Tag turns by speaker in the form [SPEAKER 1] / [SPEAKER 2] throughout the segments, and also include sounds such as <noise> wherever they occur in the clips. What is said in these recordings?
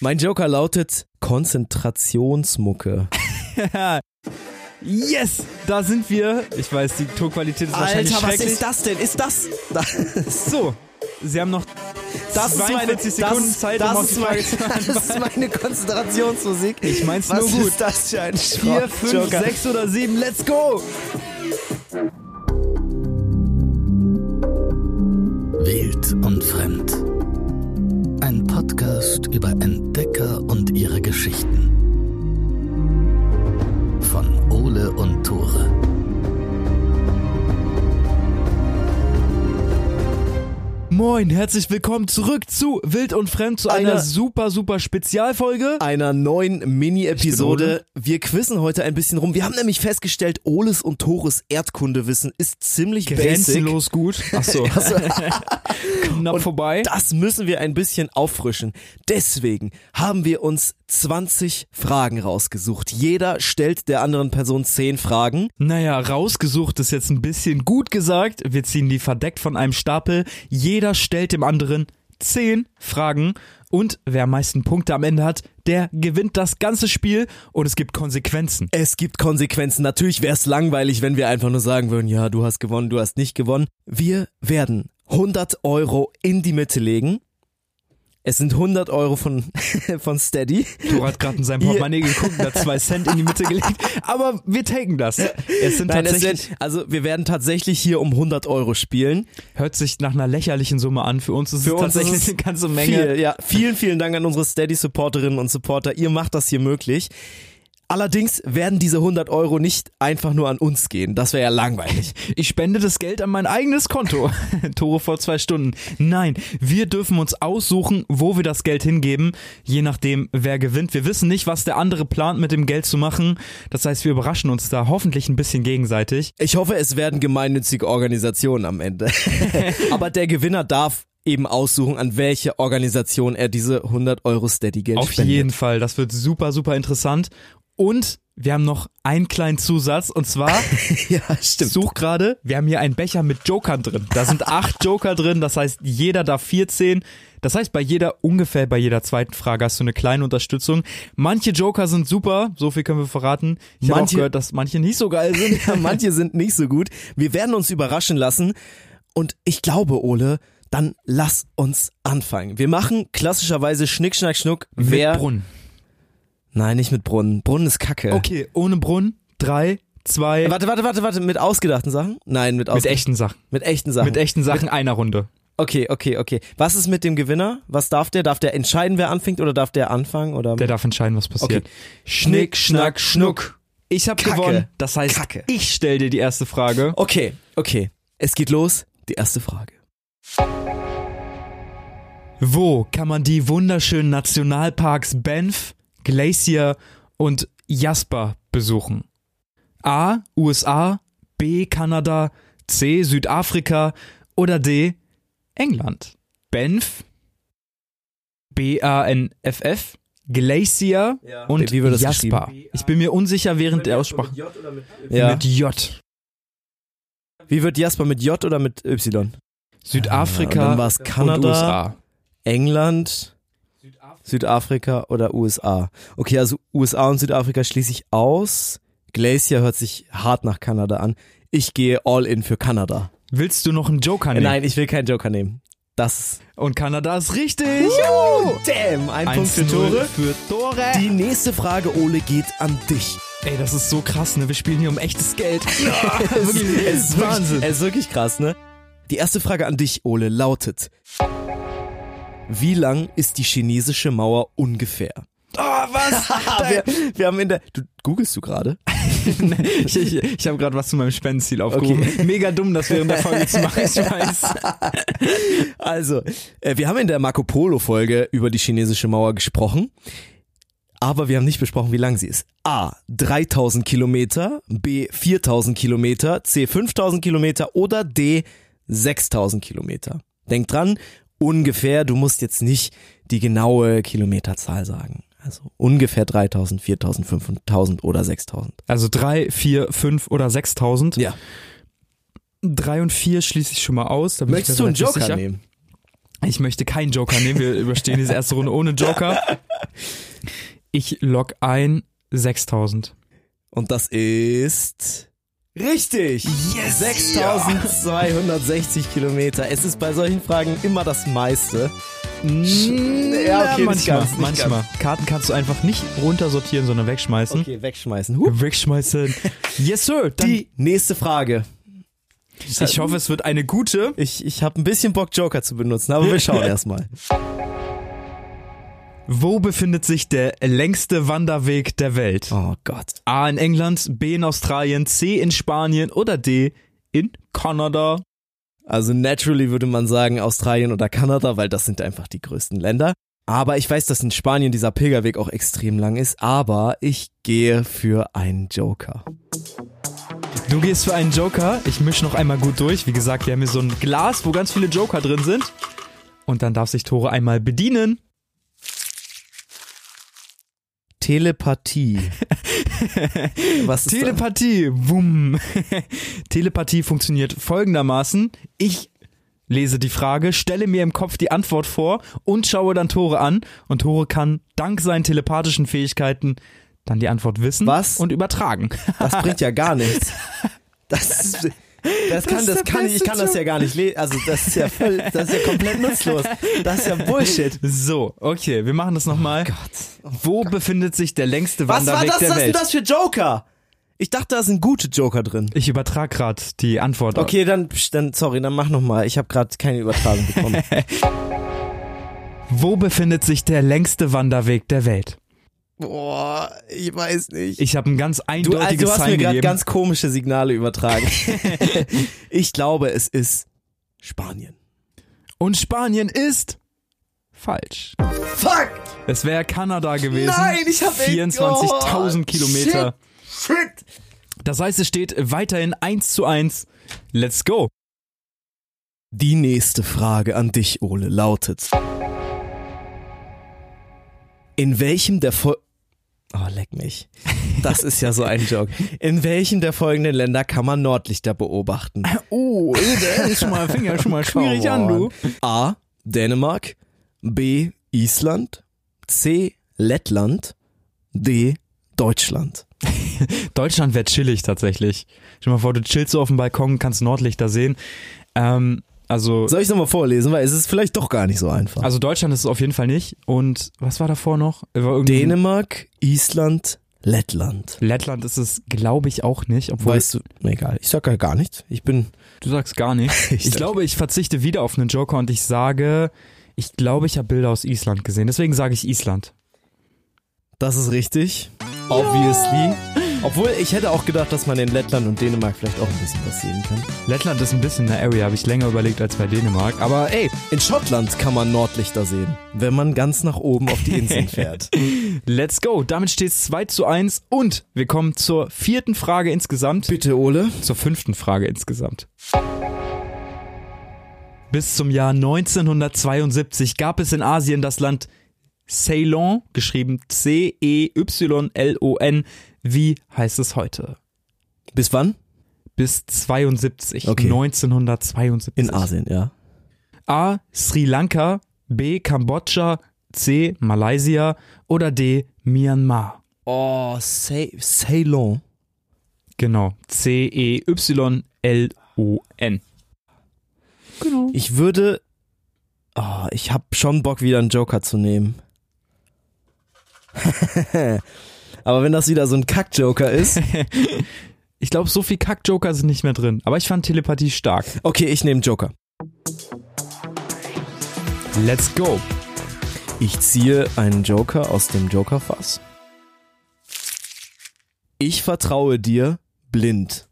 [SPEAKER 1] Mein Joker lautet Konzentrationsmucke.
[SPEAKER 2] <laughs> yes, da sind wir. Ich weiß, die Tonqualität ist wahrscheinlich
[SPEAKER 1] Alter, was
[SPEAKER 2] schrecklich.
[SPEAKER 1] ist das denn? Ist das? Das,
[SPEAKER 2] So, Sie haben noch
[SPEAKER 1] das ist meine
[SPEAKER 2] 42 Sekunden
[SPEAKER 1] das,
[SPEAKER 2] Zeit,
[SPEAKER 1] das
[SPEAKER 2] um auf die
[SPEAKER 1] ist
[SPEAKER 2] Frage
[SPEAKER 1] meine,
[SPEAKER 2] zu <laughs>
[SPEAKER 1] <laughs> Das ist meine Konzentrationsmusik.
[SPEAKER 2] Ich mein's
[SPEAKER 1] was
[SPEAKER 2] nur gut.
[SPEAKER 1] ist das für ein
[SPEAKER 2] 4, 5,
[SPEAKER 1] Joker?
[SPEAKER 2] 6 oder 7, let's go!
[SPEAKER 3] Wild und Fremd. Ein Podcast über Entdecker und ihre Geschichten. Von Ole und Tore.
[SPEAKER 2] Moin, herzlich willkommen zurück zu Wild und Fremd, zu einer
[SPEAKER 1] Einer-
[SPEAKER 2] super, super Spezialfolge.
[SPEAKER 1] einer neuen Mini-Episode.
[SPEAKER 2] Ole.
[SPEAKER 1] Wir quizzen heute ein bisschen rum. Wir haben nämlich festgestellt, Oles und Tores Erdkundewissen ist ziemlich basic. Also-
[SPEAKER 2] Grenzenlos gut.
[SPEAKER 1] <laughs>
[SPEAKER 2] Achso, <laughs> knapp
[SPEAKER 1] Und
[SPEAKER 2] vorbei.
[SPEAKER 1] Das müssen wir ein bisschen auffrischen. Deswegen haben wir uns 20 Fragen rausgesucht. Jeder stellt der anderen Person 10 Fragen.
[SPEAKER 2] Naja, rausgesucht ist jetzt ein bisschen gut gesagt. Wir ziehen die verdeckt von einem Stapel. Jeder stellt dem anderen zehn Fragen. Und wer am meisten Punkte am Ende hat, der gewinnt das ganze Spiel und es gibt Konsequenzen.
[SPEAKER 1] Es gibt Konsequenzen. Natürlich wäre es langweilig, wenn wir einfach nur sagen würden, ja, du hast gewonnen, du hast nicht gewonnen. Wir werden 100 Euro in die Mitte legen. Es sind 100 Euro von, <laughs> von Steady.
[SPEAKER 2] Tor hat gerade in
[SPEAKER 1] <laughs>
[SPEAKER 2] seinem Portemonnaie geguckt und hat zwei Cent in die Mitte gelegt. Aber wir taken das. Es sind
[SPEAKER 1] Nein, es
[SPEAKER 2] tatsächlich,
[SPEAKER 1] sind, also wir werden tatsächlich hier um 100 Euro spielen.
[SPEAKER 2] hört sich nach einer lächerlichen Summe an. Für uns ist
[SPEAKER 1] Für
[SPEAKER 2] es
[SPEAKER 1] uns
[SPEAKER 2] tatsächlich
[SPEAKER 1] ist es
[SPEAKER 2] eine ganze Menge.
[SPEAKER 1] Viel, ja. Vielen, vielen Dank an unsere Steady-Supporterinnen und Supporter. Ihr macht das hier möglich. Allerdings werden diese 100 Euro nicht einfach nur an uns gehen. Das wäre ja langweilig.
[SPEAKER 2] Ich spende das Geld an mein eigenes Konto. <laughs> Tore vor zwei Stunden. Nein, wir dürfen uns aussuchen, wo wir das Geld hingeben, je nachdem, wer gewinnt. Wir wissen nicht, was der andere plant, mit dem Geld zu machen. Das heißt, wir überraschen uns da hoffentlich ein bisschen gegenseitig.
[SPEAKER 1] Ich hoffe, es werden gemeinnützige Organisationen
[SPEAKER 2] <laughs>
[SPEAKER 1] am Ende. Aber der Gewinner darf eben aussuchen, an welche Organisation er diese 100 Euro Steady-Geld
[SPEAKER 2] Auf
[SPEAKER 1] spendet.
[SPEAKER 2] jeden Fall. Das wird super, super interessant. Und wir haben noch einen kleinen Zusatz und
[SPEAKER 1] <laughs>
[SPEAKER 2] zwar
[SPEAKER 1] Ja, stimmt.
[SPEAKER 2] such gerade, wir haben hier einen Becher mit Jokern drin. Da
[SPEAKER 1] <laughs>
[SPEAKER 2] sind acht Joker drin, das heißt, jeder darf 14. Das heißt, bei jeder, ungefähr bei jeder zweiten Frage hast du eine kleine Unterstützung. Manche Joker sind super, so viel können wir verraten. Ich habe auch
[SPEAKER 1] Manche-
[SPEAKER 2] gehört, dass manche nicht so geil sind.
[SPEAKER 1] Ja, <laughs> manche sind nicht so gut. Wir werden uns überraschen lassen. Und ich glaube, Ole, dann <laughs> lass uns anfangen. Wir machen klassischerweise Schnick, Schnack, Schnuck. Wer?
[SPEAKER 2] Mit Brunnen.
[SPEAKER 1] Nein, nicht mit Brunnen. Brunnen ist Kacke.
[SPEAKER 2] Okay, ohne Brunnen, drei, zwei,
[SPEAKER 1] Warte, warte, warte, warte. Mit ausgedachten Sachen? Nein, mit,
[SPEAKER 2] mit
[SPEAKER 1] ausgedachten.
[SPEAKER 2] echten Sachen.
[SPEAKER 1] mit echten Sachen.
[SPEAKER 2] Mit echten Sachen einer Runde.
[SPEAKER 1] okay, okay, okay. Was ist mit dem Gewinner? Was darf der? Darf der entscheiden, wer anfängt oder darf der anfangen? Oder?
[SPEAKER 2] Der darf entscheiden, was passiert.
[SPEAKER 1] Okay.
[SPEAKER 2] Schnick, schnack, schnuck. Ich habe
[SPEAKER 1] Kacke.
[SPEAKER 2] gewonnen. Das heißt,
[SPEAKER 1] Kacke.
[SPEAKER 2] ich stell dir die erste Frage.
[SPEAKER 1] okay, okay. Es geht los. Die erste Frage.
[SPEAKER 2] Wo kann man die wunderschönen Nationalparks Banff, Glacier und Jasper besuchen? A. USA, B. Kanada, C. Südafrika oder D. England? Banff, B-A-N-F-F, Glacier und
[SPEAKER 1] Wie wird das
[SPEAKER 2] Jasper. Ich bin mir unsicher während der Aussprache.
[SPEAKER 1] Ja.
[SPEAKER 2] Mit J.
[SPEAKER 1] Wie wird Jasper mit J oder mit Y?
[SPEAKER 2] Südafrika
[SPEAKER 1] Ah, und dann war's
[SPEAKER 2] und
[SPEAKER 1] Kanada.
[SPEAKER 2] USA.
[SPEAKER 1] England, Südafrika oder USA. Okay, also USA und Südafrika schließe ich aus. Glacier hört sich hart nach Kanada an. Ich gehe all in für Kanada.
[SPEAKER 2] Willst du noch einen Joker
[SPEAKER 1] Äh,
[SPEAKER 2] nehmen?
[SPEAKER 1] Nein, ich will keinen Joker nehmen. Das
[SPEAKER 2] Und Kanada ist richtig.
[SPEAKER 1] Juhu, damn, ein Punkt für
[SPEAKER 2] 1-0
[SPEAKER 1] Tore.
[SPEAKER 2] Für Tore.
[SPEAKER 1] Die nächste Frage, Ole, geht an dich.
[SPEAKER 2] Ey, das ist so krass, ne? Wir spielen hier um echtes Geld.
[SPEAKER 1] <laughs>
[SPEAKER 2] <laughs>
[SPEAKER 1] es, ist
[SPEAKER 2] Wahnsinn.
[SPEAKER 1] Wirklich, es ist wirklich krass, ne? Die erste Frage an dich, Ole, lautet: Wie lang ist die chinesische Mauer ungefähr?
[SPEAKER 2] Oh, was?
[SPEAKER 1] Ah, <laughs> wir, wir haben in der. Du googelst du gerade?
[SPEAKER 2] ich ich, ich habe gerade was zu meinem Spendenziel aufgehoben. Mega dumm, das während der Folge zu machen, ich weiß.
[SPEAKER 1] <laughs> Also, äh, wir haben in der Marco Polo Folge über die chinesische Mauer gesprochen, aber wir haben nicht besprochen, wie lang sie ist. A. 3000 Kilometer, B. 4000 Kilometer, C. 5000 Kilometer oder D. 6000 Kilometer. Denk dran, ungefähr, du musst jetzt nicht die genaue Kilometerzahl sagen. Also ungefähr 3000, 4000, 5000 oder 6000.
[SPEAKER 2] Also 3, 4, 5 oder 6.000.
[SPEAKER 1] Ja.
[SPEAKER 2] 3 und 4 schließe ich schon mal aus. Da bin ich
[SPEAKER 1] Möchtest
[SPEAKER 2] mir
[SPEAKER 1] du einen
[SPEAKER 2] relativ
[SPEAKER 1] Joker
[SPEAKER 2] sicher.
[SPEAKER 1] nehmen?
[SPEAKER 2] Ich möchte keinen Joker nehmen. Wir überstehen diese erste Runde ohne Joker. Ich log
[SPEAKER 1] Mm,
[SPEAKER 2] ein 6000.
[SPEAKER 1] Und das ist. Richtig! Yes! 6260 Kilometer. Es ist bei solchen Fragen immer das meiste.
[SPEAKER 2] Ja,
[SPEAKER 1] okay, nicht
[SPEAKER 2] manchmal.
[SPEAKER 1] ganz, nicht
[SPEAKER 2] manchmal. Karten kannst du Also einfach nicht runtersortieren, sondern wegschmeißen.
[SPEAKER 1] Okay, wegschmeißen. Huh.
[SPEAKER 2] Wegschmeißen. Yes, Sir. Dann,
[SPEAKER 1] Die nächste Frage.
[SPEAKER 2] ich hoffe, es wird eine gute.
[SPEAKER 1] Ich, ich habe ein bisschen Bock, Joker zu benutzen, aber
[SPEAKER 2] <laughs>
[SPEAKER 1] wir schauen erstmal.
[SPEAKER 2] Wo befindet sich der längste Wanderweg der Welt?
[SPEAKER 1] Oh Gott.
[SPEAKER 2] A in England, B in Australien, C in Spanien oder D in Kanada.
[SPEAKER 1] Also naturally würde man sagen Australien oder Kanada, weil das sind einfach die größten Länder. Aber ich weiß, dass in Spanien dieser Pilgerweg auch extrem lang ist, aber ich gehe für einen Joker.
[SPEAKER 2] Du gehst für einen Joker. Ich mische noch einmal gut durch. Wie gesagt, wir haben hier so ein Glas, wo ganz viele Joker drin sind. Und dann darf sich Tore einmal bedienen.
[SPEAKER 1] Telepathie. <laughs> Was ist da?
[SPEAKER 2] Telepathie, wumm. <laughs> Telepathie funktioniert folgendermaßen. Ich lese die Frage, stelle mir im Kopf die Antwort vor und schaue dann Tore an. Und Tore kann dank seinen telepathischen Fähigkeiten dann die Antwort wissen
[SPEAKER 1] Was?
[SPEAKER 2] und übertragen.
[SPEAKER 1] Das
[SPEAKER 2] <laughs>
[SPEAKER 1] bringt ja gar nichts. <laughs> Das, ist- das kann,
[SPEAKER 2] ist der
[SPEAKER 1] das kann ich, ich
[SPEAKER 2] beste
[SPEAKER 1] kann das ja gar nicht lesen. Also das ist ja voll, das ist ja komplett nutzlos. Das ist ja Bullshit.
[SPEAKER 2] So, okay, wir machen das
[SPEAKER 1] Oh
[SPEAKER 2] nochmal. Wo befindet sich der längste
[SPEAKER 1] Was war
[SPEAKER 2] Wanderweg
[SPEAKER 1] das,
[SPEAKER 2] der
[SPEAKER 1] was ist denn
[SPEAKER 2] Welt?
[SPEAKER 1] das für Joker? Ich dachte, da sind gute Joker drin.
[SPEAKER 2] Ich übertrag gerade die Antwort.
[SPEAKER 1] Okay, dann, psch, dann sorry, dann mach nochmal. Ich habe gerade keine Übertragung bekommen.
[SPEAKER 2] Wo befindet sich der längste Wanderweg der Welt?
[SPEAKER 1] <laughs> Boah, ich weiß nicht.
[SPEAKER 2] Ich habe ein ganz
[SPEAKER 1] du,
[SPEAKER 2] eindeutiges
[SPEAKER 1] also, du hast
[SPEAKER 2] Zeichen
[SPEAKER 1] mir gerade
[SPEAKER 2] gegeben.
[SPEAKER 1] ganz komische Signale übertragen. <laughs> ich glaube, es ist Spanien.
[SPEAKER 2] Und Spanien ist falsch.
[SPEAKER 1] Fuck!
[SPEAKER 2] Es wäre Kanada gewesen.
[SPEAKER 1] Nein, ich hab-
[SPEAKER 2] 24.000
[SPEAKER 1] oh,
[SPEAKER 2] Kilometer.
[SPEAKER 1] Shit!
[SPEAKER 2] Das heißt, es steht weiterhin 1 zu 1. Let's go.
[SPEAKER 1] Die nächste Frage an dich, Ole, lautet: In welchem der Fol Oh, leck mich. Das ist ja so ein Joke. In welchem der folgenden Länder kann man Nordlichter beobachten?
[SPEAKER 2] Oh, <laughs> der ist schon mal, fing ja schon mal schwierig an, du.
[SPEAKER 1] A. Dänemark. B. Island. C. Lettland. D. Deutschland.
[SPEAKER 2] Deutschland wäre chillig tatsächlich. Stell dir mal vor, du chillst so auf dem Balkon, kannst Nordlichter sehen. Ähm, also,
[SPEAKER 1] Soll ich es nochmal vorlesen, weil es ist vielleicht doch gar nicht so einfach.
[SPEAKER 2] also Deutschland ist es auf jeden Fall nicht. Und was war davor noch? Äh, War irgendwie-
[SPEAKER 1] Dänemark, Island, Lettland.
[SPEAKER 2] Lettland ist es, glaube ich, auch nicht. Obwohl,
[SPEAKER 1] Weißt du, mir egal, ich sag ja gar nichts. Ich bin.
[SPEAKER 2] du sagst gar nichts.
[SPEAKER 1] <laughs>
[SPEAKER 2] Ich
[SPEAKER 1] Ich sag-
[SPEAKER 2] glaube, ich verzichte wieder auf einen Joker und ich sage, ich glaube, ich habe Bilder aus Island gesehen. Deswegen sage ich Island.
[SPEAKER 1] Das ist richtig. Obviously. Obwohl, ich hätte auch gedacht, dass man in Lettland und Dänemark vielleicht auch ein bisschen was sehen kann.
[SPEAKER 2] Lettland ist ein bisschen eine Area, habe ich länger überlegt als bei Dänemark. Aber ey,
[SPEAKER 1] In Schottland kann man Nordlichter sehen, wenn man ganz nach oben auf
[SPEAKER 2] <laughs>
[SPEAKER 1] die Inseln fährt.
[SPEAKER 2] let's go. Damit steht es 2 zu 1 und wir kommen zur vierten Frage insgesamt.
[SPEAKER 1] Bitte, Ole.
[SPEAKER 2] Zur fünften Frage insgesamt. Bis zum Jahr 1972 gab es in Asien das Land Ceylon, geschrieben E C-E-Y-L-O-N. Wie heißt es heute?
[SPEAKER 1] Bis wann?
[SPEAKER 2] Bis 72,
[SPEAKER 1] Okay.
[SPEAKER 2] 1972.
[SPEAKER 1] In Asien, ja.
[SPEAKER 2] A. Sri Lanka, B. Kambodscha, C. Malaysia oder D. Myanmar.
[SPEAKER 1] Oh, Ce- Ceylon.
[SPEAKER 2] Genau. C-E-Y-L-O-N. Genau.
[SPEAKER 1] Ich würde. Oh, ich habe schon Bock, wieder einen Joker zu nehmen. <laughs> Aber wenn das wieder so ein Kack-Joker ist.
[SPEAKER 2] Ich glaube, so viel Kack-Joker sind nicht mehr drin. Aber ich fand Telepathie stark.
[SPEAKER 1] Okay, ich nehme Joker.
[SPEAKER 2] Let's go.
[SPEAKER 1] Ich ziehe einen Joker aus dem Joker-Fass. Ich vertraue dir blind.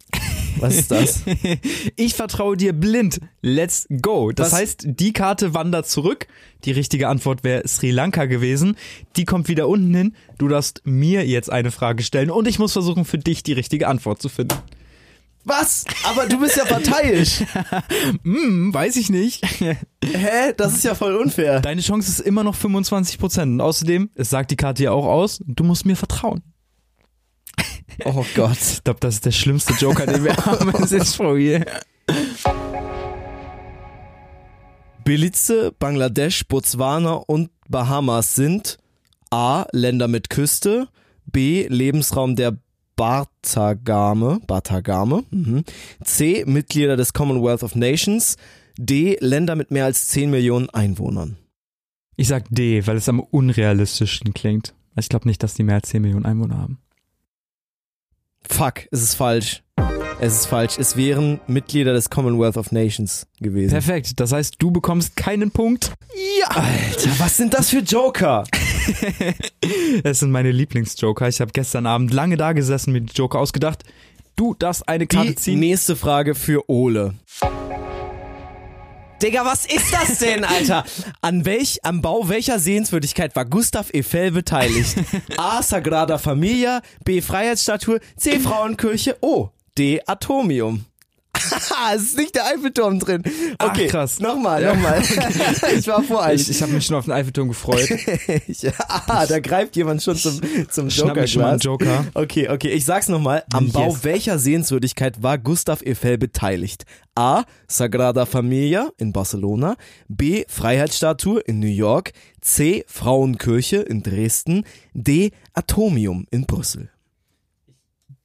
[SPEAKER 1] Was ist das?
[SPEAKER 2] Ich vertraue dir blind. Let's go. Das
[SPEAKER 1] Was-
[SPEAKER 2] heißt, die Karte wandert zurück. Die richtige Antwort wäre Sri Lanka gewesen. Die kommt wieder unten hin. Du darfst mir jetzt eine Frage stellen und ich muss versuchen, für dich die richtige Antwort zu finden.
[SPEAKER 1] Was? Aber du bist ja parteiisch.
[SPEAKER 2] Hm, weiß ich <laughs> nicht.
[SPEAKER 1] Hä? Das ist ja voll unfair.
[SPEAKER 2] Deine Chance ist immer noch 25 Prozent. Und außerdem, es sagt die Karte ja auch aus, du musst mir vertrauen.
[SPEAKER 1] Oh Gott.
[SPEAKER 2] Ich glaube, das ist der schlimmste Joker, den wir <laughs> haben. Das ist schon hier.
[SPEAKER 1] Belize, Bangladesch, Botswana und Bahamas sind A. Länder mit Küste. B. Lebensraum der Bartagame. Bartagame. Mhm. C. Mitglieder des Commonwealth of Nations. D. Länder mit mehr als 10 Millionen Einwohnern.
[SPEAKER 2] Ich sag D, weil es am unrealistischsten klingt. Also ich glaube nicht, dass die mehr als 10 Millionen Einwohner haben.
[SPEAKER 1] Fuck, es ist falsch. Es ist falsch. Es wären Mitglieder des Commonwealth of Nations gewesen.
[SPEAKER 2] Perfekt. Das heißt, du bekommst keinen Punkt.
[SPEAKER 1] Ja, Alter, was sind das
[SPEAKER 2] <laughs>
[SPEAKER 1] für Joker?
[SPEAKER 2] Das sind meine Lieblingsjoker. Ich habe gestern Abend lange da gesessen, mir die Joker ausgedacht. Du darfst eine Karte
[SPEAKER 1] Die
[SPEAKER 2] ziehen.
[SPEAKER 1] nächste Frage für Ole. Digga, was ist das <laughs> denn, Alter? An welch, am Bau welcher Sehenswürdigkeit war Gustav Eiffel <laughs> beteiligt? A. Sagrada Familia, B. Freiheitsstatue, C. Frauenkirche, O. D. Atomium. <laughs> es ist nicht der Eiffelturm drin.
[SPEAKER 2] Ach,
[SPEAKER 1] Okay,
[SPEAKER 2] krass.
[SPEAKER 1] nochmal, <laughs> nochmal. ich war
[SPEAKER 2] Ich,
[SPEAKER 1] voreilig.
[SPEAKER 2] ich habe mich schon auf den Eiffelturm gefreut.
[SPEAKER 1] Ich, ah, da greift jemand schon zum, zum
[SPEAKER 2] Schnapp mir schon mal einen
[SPEAKER 1] Joker-Glas.
[SPEAKER 2] Joker.
[SPEAKER 1] Okay, okay, ich sag's nochmal. Am
[SPEAKER 2] Yes.
[SPEAKER 1] Bau welcher Sehenswürdigkeit war Gustav Eiffel beteiligt? A. Sagrada Familia in Barcelona. B. Freiheitsstatue in New York. C. Frauenkirche in Dresden. D. Atomium in Brüssel.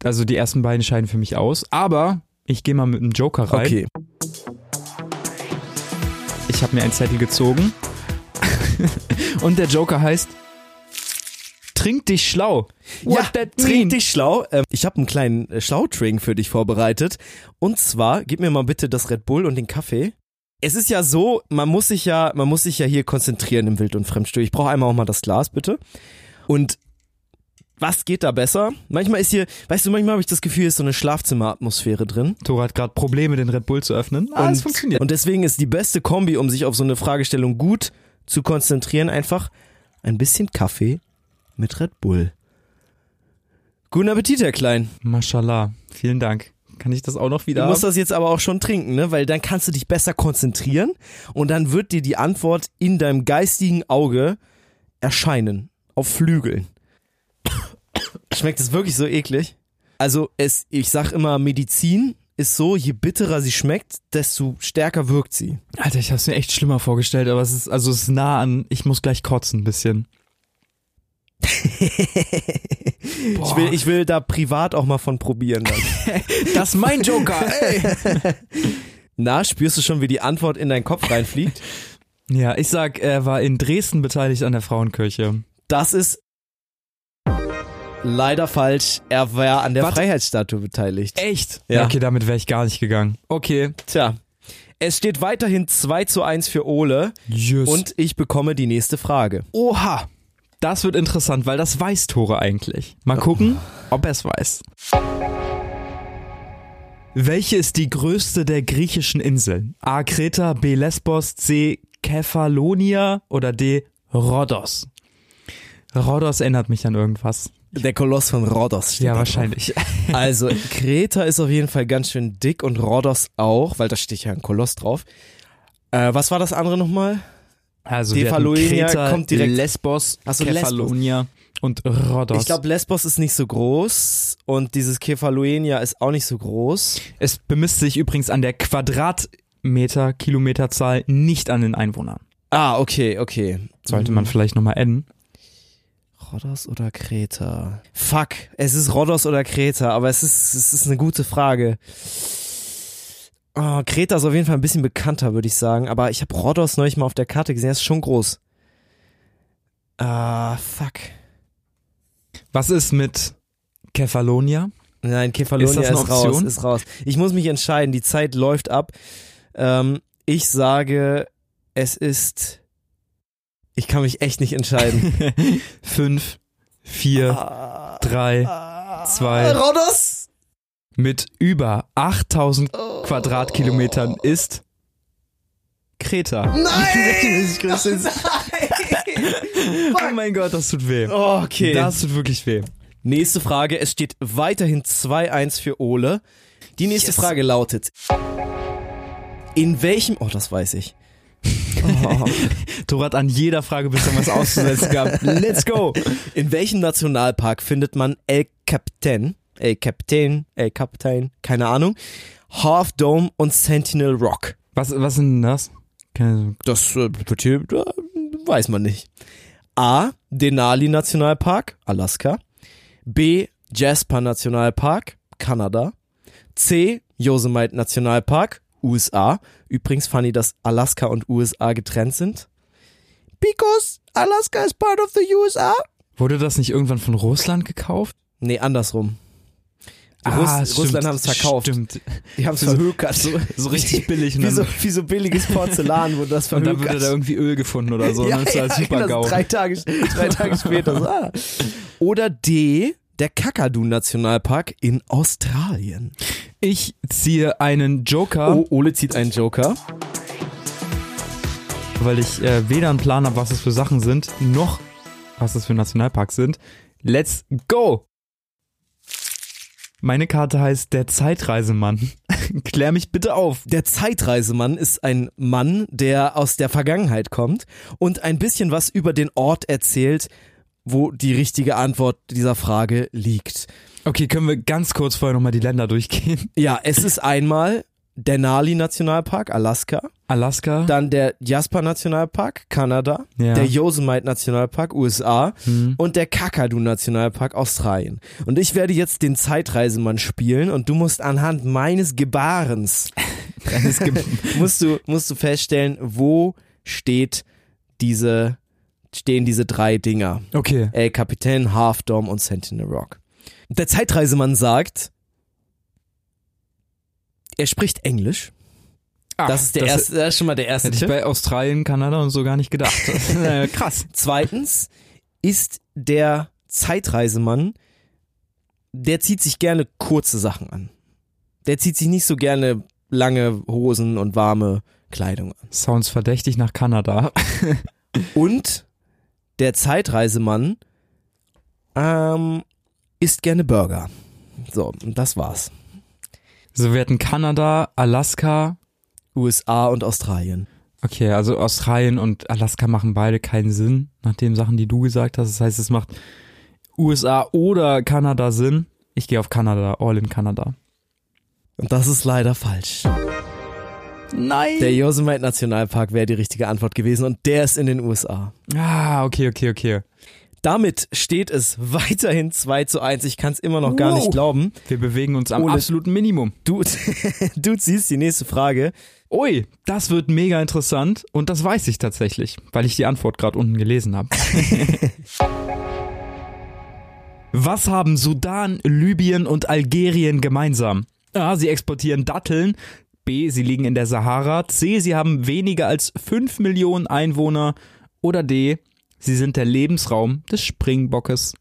[SPEAKER 2] Also die ersten beiden scheiden für mich aus. Aber ich gehe mal mit einem Joker rein.
[SPEAKER 1] Okay.
[SPEAKER 2] Ich habe mir einen Zettel gezogen. Und der Joker heißt Trink dich schlau. What
[SPEAKER 1] ja,
[SPEAKER 2] that mean?
[SPEAKER 1] trink dich schlau. Ähm, ich habe einen kleinen äh, Schlautrink für dich vorbereitet. Und zwar, gib mir mal bitte das Red Bull und den Kaffee. Es ist ja so, man muss sich ja, man muss sich ja hier konzentrieren im Wild- und Fremdstuhl. Ich brauche einmal auch mal das Glas, bitte. Und was geht da besser? Manchmal ist hier, weißt du, manchmal habe ich das Gefühl, ist so eine Schlafzimmeratmosphäre drin.
[SPEAKER 2] Toro hat gerade Probleme, den Red Bull zu öffnen. Ah, es funktioniert.
[SPEAKER 1] Und deswegen ist die beste Kombi, um sich auf so eine Fragestellung gut zu konzentrieren, einfach ein bisschen Kaffee mit Red Bull. Guten Appetit, Herr Klein.
[SPEAKER 2] Mashallah. Vielen Dank. Kann ich das auch noch wieder
[SPEAKER 1] Du musst
[SPEAKER 2] haben?
[SPEAKER 1] das jetzt aber auch schon trinken, ne? Weil dann kannst du dich besser konzentrieren und dann wird dir die Antwort in deinem geistigen Auge erscheinen. Auf Flügeln. <coughs> Schmeckt es wirklich so eklig? Also, es, ich sag immer, Medizin ist so, je bitterer sie schmeckt, desto stärker wirkt sie.
[SPEAKER 2] Alter, ich hab's mir echt schlimmer vorgestellt, aber es ist, also es ist nah an, ich muss gleich kotzen ein bisschen.
[SPEAKER 1] Ich will, ich will da privat auch mal von probieren. Dann.
[SPEAKER 2] das ist mein Joker, ey.
[SPEAKER 1] Na, spürst du schon, wie die Antwort in deinen Kopf reinfliegt?
[SPEAKER 2] <laughs> Ja, ich sag, er war in Dresden beteiligt an der Frauenkirche.
[SPEAKER 1] Das ist leider falsch. Er war an der
[SPEAKER 2] Warte.
[SPEAKER 1] Freiheitsstatue beteiligt.
[SPEAKER 2] Echt?
[SPEAKER 1] Ja.
[SPEAKER 2] Ja. Okay, damit wäre ich gar nicht gegangen. Okay.
[SPEAKER 1] Tja, es steht weiterhin 2 zu 1 für Ole
[SPEAKER 2] Yes. Und
[SPEAKER 1] und ich bekomme die nächste Frage.
[SPEAKER 2] oha, das wird interessant, weil das weiß Tore eigentlich. Mal gucken, ob er es weiß. Welche ist die größte der griechischen Inseln? A. Kreta, B. Lesbos, C. Kefalonia oder D. Rhodos? Rhodos erinnert mich an irgendwas.
[SPEAKER 1] Der Koloss von Rhodos. Steht
[SPEAKER 2] Ja,
[SPEAKER 1] da
[SPEAKER 2] wahrscheinlich.
[SPEAKER 1] Drauf. Also, Kreta ist auf jeden Fall ganz schön dick und Rhodos auch, weil da steht ja ein Koloss drauf. Äh, was war das andere nochmal?
[SPEAKER 2] Also
[SPEAKER 1] Die
[SPEAKER 2] wir hatten
[SPEAKER 1] Phaloenia
[SPEAKER 2] Kreta,
[SPEAKER 1] kommt direkt-
[SPEAKER 2] Lesbos,
[SPEAKER 1] Ach so,
[SPEAKER 2] Kefalonia und Rhodos.
[SPEAKER 1] Ich glaube, Lesbos ist nicht so groß und dieses Kefaloenia ist auch nicht so groß.
[SPEAKER 2] es bemisst sich übrigens an der Quadratmeter Kilometerzahl, nicht an den Einwohnern.
[SPEAKER 1] Ah, okay, okay.
[SPEAKER 2] Sollte man vielleicht nochmal adden.
[SPEAKER 1] Rhodos oder Kreta? Fuck, es ist Rhodos oder Kreta, aber es ist, es ist eine gute Frage. Oh, Kreta ist auf jeden Fall ein bisschen bekannter, würde ich sagen, aber ich habe Rhodos neulich mal auf der Karte gesehen, er ist schon groß. Ah, fuck.
[SPEAKER 2] Was ist mit Kefalonia?
[SPEAKER 1] Nein, Kefalonia
[SPEAKER 2] Ist
[SPEAKER 1] ist,
[SPEAKER 2] das eine
[SPEAKER 1] raus,
[SPEAKER 2] Option?
[SPEAKER 1] ist raus. Ich muss mich entscheiden, die Zeit läuft ab. Ähm, ich sage, es ist... Ich kann mich echt
[SPEAKER 2] <laughs>
[SPEAKER 1] nicht entscheiden.
[SPEAKER 2] Fünf, vier, drei, zwei.
[SPEAKER 1] Rhodos! <laughs>
[SPEAKER 2] mit über 8000 Quadratkilometern ist Kreta. <laughs>
[SPEAKER 1] Nein!
[SPEAKER 2] Oh mein Gott, das tut weh.
[SPEAKER 1] Oh, Okay.
[SPEAKER 2] Das tut wirklich weh.
[SPEAKER 1] Nächste Frage. Es steht weiterhin 2-1 für Ole. Die nächste
[SPEAKER 2] Yes.
[SPEAKER 1] Frage lautet: In welchem. Oh, das weiß ich. Oh.
[SPEAKER 2] Toro hat an jeder Frage bisher was
[SPEAKER 1] <laughs>
[SPEAKER 2] auszusetzen gehabt. Let's go.
[SPEAKER 1] In welchem Nationalpark findet man El Capitan, El Capitan, El Capitan, keine Ahnung, Half Dome und Sentinel Rock?
[SPEAKER 2] Was, was sind denn das? Keine
[SPEAKER 1] Das äh, wird hier- äh, weiß man nicht. A. Denali Nationalpark, Alaska. B. Jasper Nationalpark, Kanada. C. Yosemite Nationalpark, USA. Übrigens, Fanny, dass Alaska und USA getrennt sind. Because Alaska is part of the USA.
[SPEAKER 2] Wurde das nicht irgendwann von Russland gekauft?
[SPEAKER 1] Nee, andersrum. Die Russ Russland haben es verkauft.
[SPEAKER 2] Ah, Stimmt.
[SPEAKER 1] Die haben es verhökert. So, <laughs>
[SPEAKER 2] So <laughs> richtig billig. Und
[SPEAKER 1] wie,
[SPEAKER 2] dann,
[SPEAKER 1] so, wie
[SPEAKER 2] <laughs>
[SPEAKER 1] so billiges Porzellan wurde das
[SPEAKER 2] und
[SPEAKER 1] verhökert.
[SPEAKER 2] dann wurde da irgendwie Öl gefunden oder
[SPEAKER 1] <laughs>
[SPEAKER 2] so. und dann ist da super
[SPEAKER 1] genau,
[SPEAKER 2] GAU.
[SPEAKER 1] drei Tage, drei Tage später. So, ah. Oder D, der Kakadu-Nationalpark in Australien.
[SPEAKER 2] Ich ziehe einen Joker,
[SPEAKER 1] Oh, Ole zieht einen Joker.
[SPEAKER 2] weil ich äh, weder einen Plan habe, was es für Sachen sind, noch was es für Nationalparks sind. Let's go! Meine Karte heißt Der Zeitreisemann. <laughs> Klär mich bitte auf.
[SPEAKER 1] Der Zeitreisemann ist ein Mann, der aus der Vergangenheit kommt und ein bisschen was über den Ort erzählt, wo die richtige Antwort dieser Frage liegt.
[SPEAKER 2] Okay, können wir ganz kurz vorher nochmal die Länder durchgehen?
[SPEAKER 1] Ja, es ist einmal Denali Nationalpark, Alaska. <laughs>
[SPEAKER 2] Alaska.
[SPEAKER 1] Mhm. Dann der Jasper Nationalpark, Kanada.
[SPEAKER 2] Ja.
[SPEAKER 1] Der Yosemite Nationalpark, USA.
[SPEAKER 2] Hm.
[SPEAKER 1] Und der Kakadu Nationalpark, Australien. Und ich werde jetzt den Zeitreisemann spielen und du musst anhand
[SPEAKER 2] <laughs>
[SPEAKER 1] meines Gebarens,
[SPEAKER 2] Eines
[SPEAKER 1] <laughs>
[SPEAKER 2] Ge-
[SPEAKER 1] musst du, musst du feststellen, wo steht diese, stehen diese drei Dinger.
[SPEAKER 2] okay.
[SPEAKER 1] El Capitan, Half Dome und Sentinel Rock. Der Zeitreisemann sagt, er spricht Englisch.
[SPEAKER 2] Ach,
[SPEAKER 1] Ah, das ist der erste, das ist schon mal der erste
[SPEAKER 2] Ah, Hätte ich
[SPEAKER 1] Tipp.
[SPEAKER 2] bei Australien, Kanada und so gar nicht
[SPEAKER 1] <laughs>
[SPEAKER 2] gedacht. Äh, Krass.
[SPEAKER 1] Zweitens ist der Zeitreisemann, der zieht sich gerne kurze Sachen an. Der zieht sich nicht so gerne lange Hosen und warme Kleidung an.
[SPEAKER 2] Sounds verdächtig nach Kanada.
[SPEAKER 1] Und der Zeitreisemann ähm, isst gerne Burger. So, und das war's.
[SPEAKER 2] So, wir hatten Kanada, Alaska.
[SPEAKER 1] USA und Australien.
[SPEAKER 2] Okay, also Australien und Alaska machen beide keinen Sinn, nach den Sachen, die du gesagt hast. Das heißt, es macht USA oder Kanada Sinn. Ich gehe auf Kanada, all in Kanada.
[SPEAKER 1] Und das ist leider falsch.
[SPEAKER 2] Nein!
[SPEAKER 1] Der Yosemite Nationalpark wäre die richtige Antwort gewesen und der ist in den USA.
[SPEAKER 2] ah, okay, okay, okay.
[SPEAKER 1] Damit steht es weiterhin 2 zu 1. Ich kann es immer noch gar
[SPEAKER 2] Wow.
[SPEAKER 1] nicht glauben.
[SPEAKER 2] Wir bewegen uns am
[SPEAKER 1] Ole.
[SPEAKER 2] absoluten Minimum.
[SPEAKER 1] Du, <laughs> du ziehst die nächste Frage.
[SPEAKER 2] Ui, das wird mega interessant und das weiß ich tatsächlich, weil ich die Antwort gerade unten gelesen habe. Was haben Sudan, Libyen und Algerien gemeinsam? A, sie exportieren Datteln. B, sie liegen in der Sahara. C, sie haben weniger als 5 Millionen Einwohner. Oder D, sie sind der Lebensraum des Springbockes.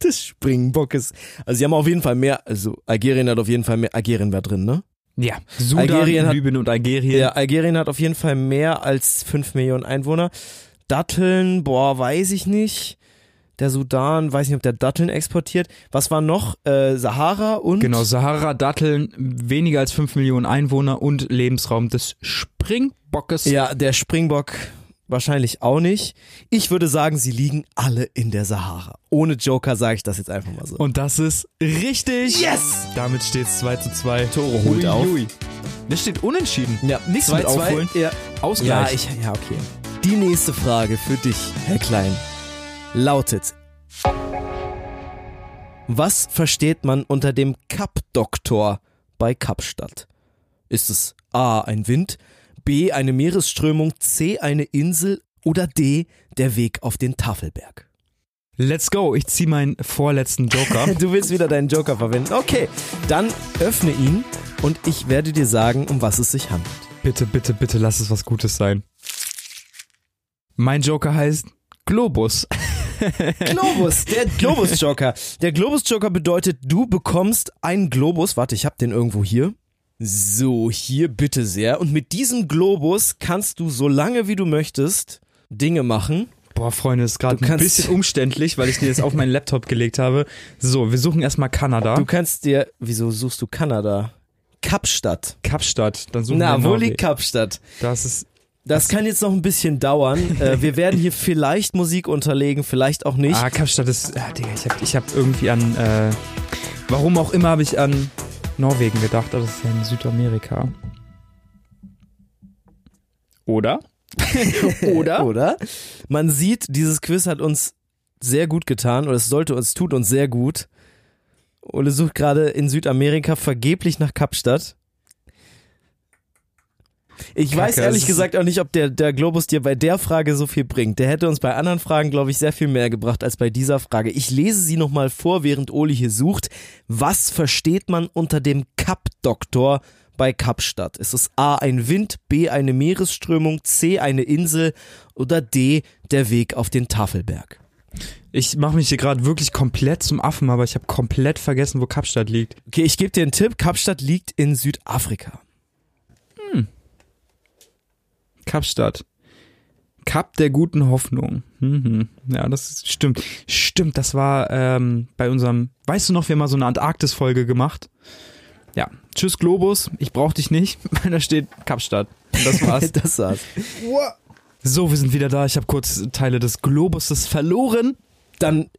[SPEAKER 1] Des Springbockes. Also sie haben auf jeden Fall mehr, also Algerien hat auf jeden Fall mehr, Algerien war drin, ne?
[SPEAKER 2] Ja, Sudan,
[SPEAKER 1] Algerien hat-
[SPEAKER 2] Libyen und Algerien.
[SPEAKER 1] Ja, Algerien hat auf jeden Fall mehr als 5 Millionen Einwohner. Datteln, boah, weiß ich nicht. Der Sudan, weiß nicht, ob der Datteln exportiert. Was war noch? Äh, Sahara und
[SPEAKER 2] Genau, Sahara, Datteln, weniger als 5 Millionen Einwohner und Lebensraum des Springbockes.
[SPEAKER 1] Ja, der Springbock wahrscheinlich auch nicht. Ich würde sagen, sie liegen alle in der Sahara. Ohne Joker sage ich das jetzt einfach mal so.
[SPEAKER 2] Und das ist richtig.
[SPEAKER 1] yes!
[SPEAKER 2] Damit steht es 2 zu 2.
[SPEAKER 1] Tore holt auf.
[SPEAKER 2] Das steht unentschieden.
[SPEAKER 1] Ja,
[SPEAKER 2] nichts mit aufholen.
[SPEAKER 1] Ja, ja,
[SPEAKER 2] Ausgleich.
[SPEAKER 1] ich, ja, okay. Die nächste Frage für dich, Herr Klein, lautet: Was versteht man unter dem Kap-Doktor bei Kapstadt? Ist es A. ein Wind, B. eine Meeresströmung, C. eine Insel oder D. der Weg auf den Tafelberg?
[SPEAKER 2] Let's go. Ich ziehe meinen vorletzten Joker.
[SPEAKER 1] <laughs> Du willst wieder deinen Joker verwenden. Okay, dann öffne ihn und ich werde dir sagen, um was es sich handelt.
[SPEAKER 2] bitte, bitte, bitte lass es was Gutes sein. Mein Joker heißt Globus.
[SPEAKER 1] Globus, der Globus-Joker. Der Globus-Joker bedeutet, du bekommst einen Globus. Warte, ich hab den irgendwo hier. So, hier bitte sehr. Und mit diesem Globus kannst du so lange wie du möchtest Dinge machen.
[SPEAKER 2] Boah, Freunde, ist gerade
[SPEAKER 1] Du
[SPEAKER 2] ein
[SPEAKER 1] kannst-
[SPEAKER 2] bisschen umständlich, weil ich den jetzt auf meinen Laptop gelegt habe. So, wir suchen erstmal Kanada.
[SPEAKER 1] Du kannst dir, wieso suchst du Kanada? Kapstadt.
[SPEAKER 2] Kapstadt. Dann suchen
[SPEAKER 1] Na,
[SPEAKER 2] wir
[SPEAKER 1] wo
[SPEAKER 2] Norwegen.
[SPEAKER 1] liegt Kapstadt?
[SPEAKER 2] Das ist
[SPEAKER 1] Das kann jetzt noch ein bisschen dauern. Äh, wir werden hier <laughs> vielleicht Musik unterlegen, vielleicht auch nicht.
[SPEAKER 2] ah, Kapstadt ist. Ah, Digga, ich hab, ich hab irgendwie an. Äh, warum auch immer habe ich an Norwegen gedacht, aber das ist ja in Südamerika. Oder? Oder?
[SPEAKER 1] Oder? Man sieht, dieses Quiz hat uns sehr gut getan oder es sollte uns, tut uns sehr gut. Ole sucht gerade in Südamerika vergeblich nach Kapstadt. Ich
[SPEAKER 2] Kacke,
[SPEAKER 1] weiß
[SPEAKER 2] das
[SPEAKER 1] ehrlich
[SPEAKER 2] ist-
[SPEAKER 1] gesagt auch nicht, ob der, der Globus dir bei der Frage so viel bringt. Der hätte uns bei anderen Fragen, glaube ich, sehr viel mehr gebracht als bei dieser Frage. Ich lese sie nochmal vor, während Oli hier sucht. Was versteht man unter dem Kap-Doktor bei Kapstadt? Ist es A ein Wind, B eine Meeresströmung, C eine Insel oder D der Weg auf den Tafelberg?
[SPEAKER 2] Ich mache mich hier gerade wirklich komplett zum Affen, aber ich habe komplett vergessen, wo Kapstadt liegt.
[SPEAKER 1] Okay, ich gebe dir einen Tipp. Kapstadt liegt in Südafrika.
[SPEAKER 2] Kapstadt. Kap der guten Hoffnung. Mhm. Ja, das ist, stimmt. Stimmt, das war ähm, bei unserem, weißt du noch, wir haben mal so eine Antarktis-Folge gemacht. Ja, tschüss Globus, ich brauch dich nicht. <laughs> Da steht Kapstadt. Und <laughs> das war's.
[SPEAKER 1] Das war's.
[SPEAKER 2] so, wir sind wieder da. Ich habe kurz Teile des Globuses verloren.
[SPEAKER 1] Dann,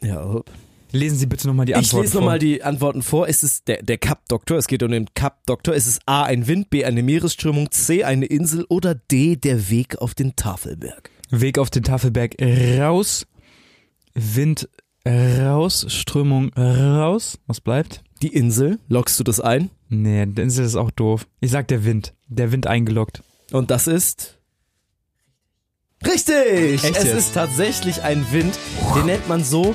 [SPEAKER 1] ja, hopp.
[SPEAKER 2] Lesen Sie bitte nochmal die
[SPEAKER 1] Ich
[SPEAKER 2] Antworten
[SPEAKER 1] lese
[SPEAKER 2] vor.
[SPEAKER 1] nochmal die Antworten vor. Es ist der, der Cup-Doktor. Es geht um den Cup-Doktor. Es ist A, ein Wind, B, eine Meeresströmung, C, eine Insel oder D, der Weg auf den Tafelberg.
[SPEAKER 2] Weg auf den Tafelberg raus. Wind raus. Strömung raus. Was bleibt?
[SPEAKER 1] Die Insel, lockst du das ein?
[SPEAKER 2] Nee, dann ist das auch doof. Ich sag der Wind. Der Wind eingeloggt.
[SPEAKER 1] Und das ist... Richtig!
[SPEAKER 2] Echt
[SPEAKER 1] es
[SPEAKER 2] jetzt?
[SPEAKER 1] ist tatsächlich ein Wind. Den nennt man so,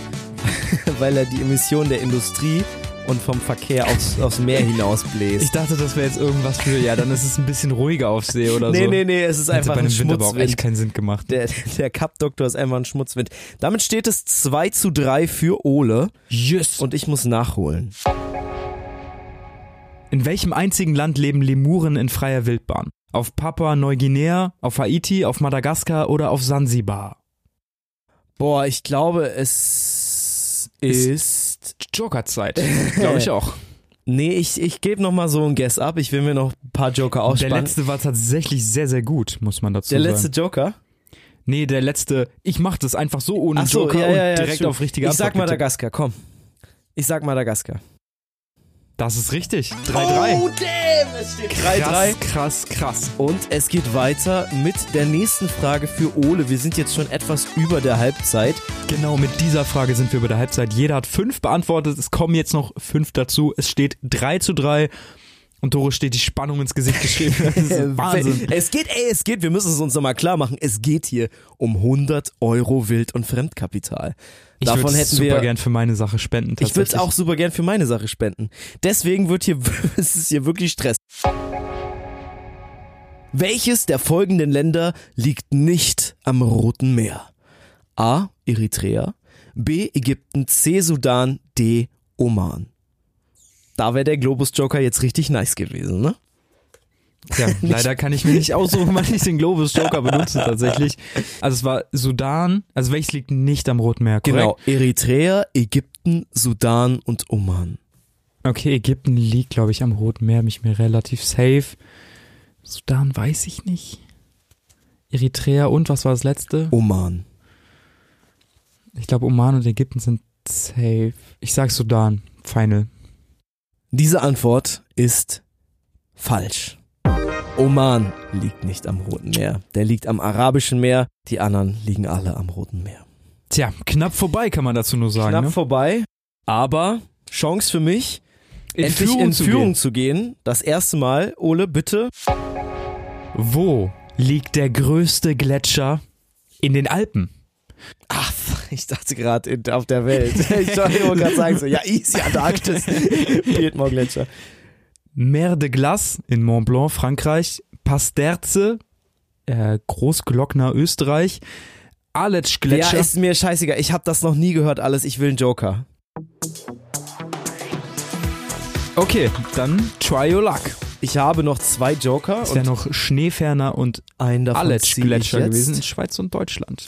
[SPEAKER 1] <laughs> weil er die Emissionen der Industrie und vom Verkehr aufs, aufs Meer hinausbläst.
[SPEAKER 2] Ich dachte, das wäre jetzt irgendwas für, ja, dann ist es ein bisschen ruhiger auf See oder
[SPEAKER 1] nee,
[SPEAKER 2] so.
[SPEAKER 1] nee, nee, es ist
[SPEAKER 2] Hätte
[SPEAKER 1] einfach
[SPEAKER 2] bei
[SPEAKER 1] ein
[SPEAKER 2] einem Wind aber auch echt
[SPEAKER 1] Schmutzwind.
[SPEAKER 2] keinen Sinn gemacht.
[SPEAKER 1] Der, der Cup-Doktor ist einfach ein Schmutzwind. Damit steht es 2 zu 3 für Ole
[SPEAKER 2] Yes. Und
[SPEAKER 1] und ich muss nachholen.
[SPEAKER 2] in welchem einzigen Land leben Lemuren in freier Wildbahn? Auf Papua Neuguinea, auf Haiti, auf Madagaskar oder auf Sansibar?
[SPEAKER 1] Boah, ich glaube, es
[SPEAKER 2] Ist-
[SPEAKER 1] ist...
[SPEAKER 2] Jokerzeit, glaube ich auch.
[SPEAKER 1] Nee, ich, ich gebe nochmal so ein Guess ab. Ich will mir noch ein paar Joker
[SPEAKER 2] Der
[SPEAKER 1] ausspannen.
[SPEAKER 2] letzte war tatsächlich sehr, sehr gut, muss man dazu
[SPEAKER 1] Der
[SPEAKER 2] sagen.
[SPEAKER 1] letzte Joker?
[SPEAKER 2] Nee, der letzte, ich mach das einfach so ohne
[SPEAKER 1] Ach so,
[SPEAKER 2] Joker
[SPEAKER 1] ja, ja, ja,
[SPEAKER 2] und direkt
[SPEAKER 1] stimmt.
[SPEAKER 2] auf richtige
[SPEAKER 1] Ich sag
[SPEAKER 2] Antwort getippt.
[SPEAKER 1] Madagaskar, komm. Ich sag Madagaskar.
[SPEAKER 2] Das ist richtig. 3-3.
[SPEAKER 1] Oh, damn! Es steht 3-3.
[SPEAKER 2] krass, krass, krass.
[SPEAKER 1] Und es geht weiter mit der nächsten Frage für Ole. Wir sind jetzt schon etwas über der Halbzeit.
[SPEAKER 2] Genau, mit dieser Frage sind wir bei der Halbzeit. Jeder hat fünf beantwortet. Es kommen jetzt noch fünf dazu. Es steht 3 zu 3. Und Doro steht die Spannung ins Gesicht geschrieben. <laughs> Das ist Wahnsinn.
[SPEAKER 1] Äh, Es geht, ey, es geht, wir müssen es uns nochmal klar machen. Es geht hier um 100 Euro Wild- und Fremdkapital.
[SPEAKER 2] Ich
[SPEAKER 1] Davon
[SPEAKER 2] würde
[SPEAKER 1] hätten
[SPEAKER 2] super
[SPEAKER 1] wir.
[SPEAKER 2] gern für meine Sache spenden.
[SPEAKER 1] ich würde es
[SPEAKER 2] tatsächlich.
[SPEAKER 1] auch super gern für meine Sache spenden. Deswegen wird hier, <laughs> es ist hier wirklich Stress. Welches der folgenden Länder liegt nicht am Roten Meer? A. Eritrea. B. Ägypten. C. Sudan. D. Oman. Da wäre der Globus-Joker jetzt richtig nice gewesen, ne? <laughs>
[SPEAKER 2] Ja, leider kann ich mir nicht aussuchen, wann ich den Globus Joker benutze tatsächlich. Also es war Sudan. Also welches liegt nicht am Roten Meer, korrekt?
[SPEAKER 1] Genau, Eritrea, Ägypten, Sudan und Oman.
[SPEAKER 2] Okay, Ägypten liegt, glaube ich, am Roten Meer, mich mir relativ safe. Sudan weiß ich nicht. Eritrea und was war das letzte?
[SPEAKER 1] Oman.
[SPEAKER 2] Ich glaube, Oman und Ägypten sind safe. Ich sag Sudan. Final.
[SPEAKER 1] Diese Antwort ist falsch. Oman liegt nicht am Roten Meer. Der liegt am Arabischen Meer. Die anderen liegen alle am Roten Meer.
[SPEAKER 2] Tja, knapp vorbei kann man dazu nur sagen.
[SPEAKER 1] Knapp
[SPEAKER 2] ne?
[SPEAKER 1] vorbei, aber Chance für mich, endlich in
[SPEAKER 2] zu
[SPEAKER 1] Führung
[SPEAKER 2] gehen.
[SPEAKER 1] zu gehen. Das erste Mal, Ole, bitte.
[SPEAKER 2] Wo liegt der größte Gletscher in den Alpen?
[SPEAKER 1] Ach, ich dachte gerade auf
[SPEAKER 2] <laughs>
[SPEAKER 1] der Welt. Ich wollte gerade sagen, so, ja, easy, Antarktis. Piedmont Gletscher.
[SPEAKER 2] Mer de Glace in Mont Blanc, Frankreich. Pasterze, äh, Großglockner, Österreich. Aletsch
[SPEAKER 1] Ja,
[SPEAKER 2] Gletscher.
[SPEAKER 1] ist mir scheißegal. Ich habe das noch nie gehört alles. Ich will einen Joker.
[SPEAKER 2] okay, dann try your luck.
[SPEAKER 1] Ich habe noch zwei Joker
[SPEAKER 2] Es wäre
[SPEAKER 1] und
[SPEAKER 2] noch Schneeferner und
[SPEAKER 1] einen davon
[SPEAKER 2] Aletsch
[SPEAKER 1] ziehe ich
[SPEAKER 2] Gletscher
[SPEAKER 1] jetzt.
[SPEAKER 2] gewesen in Schweiz und Deutschland.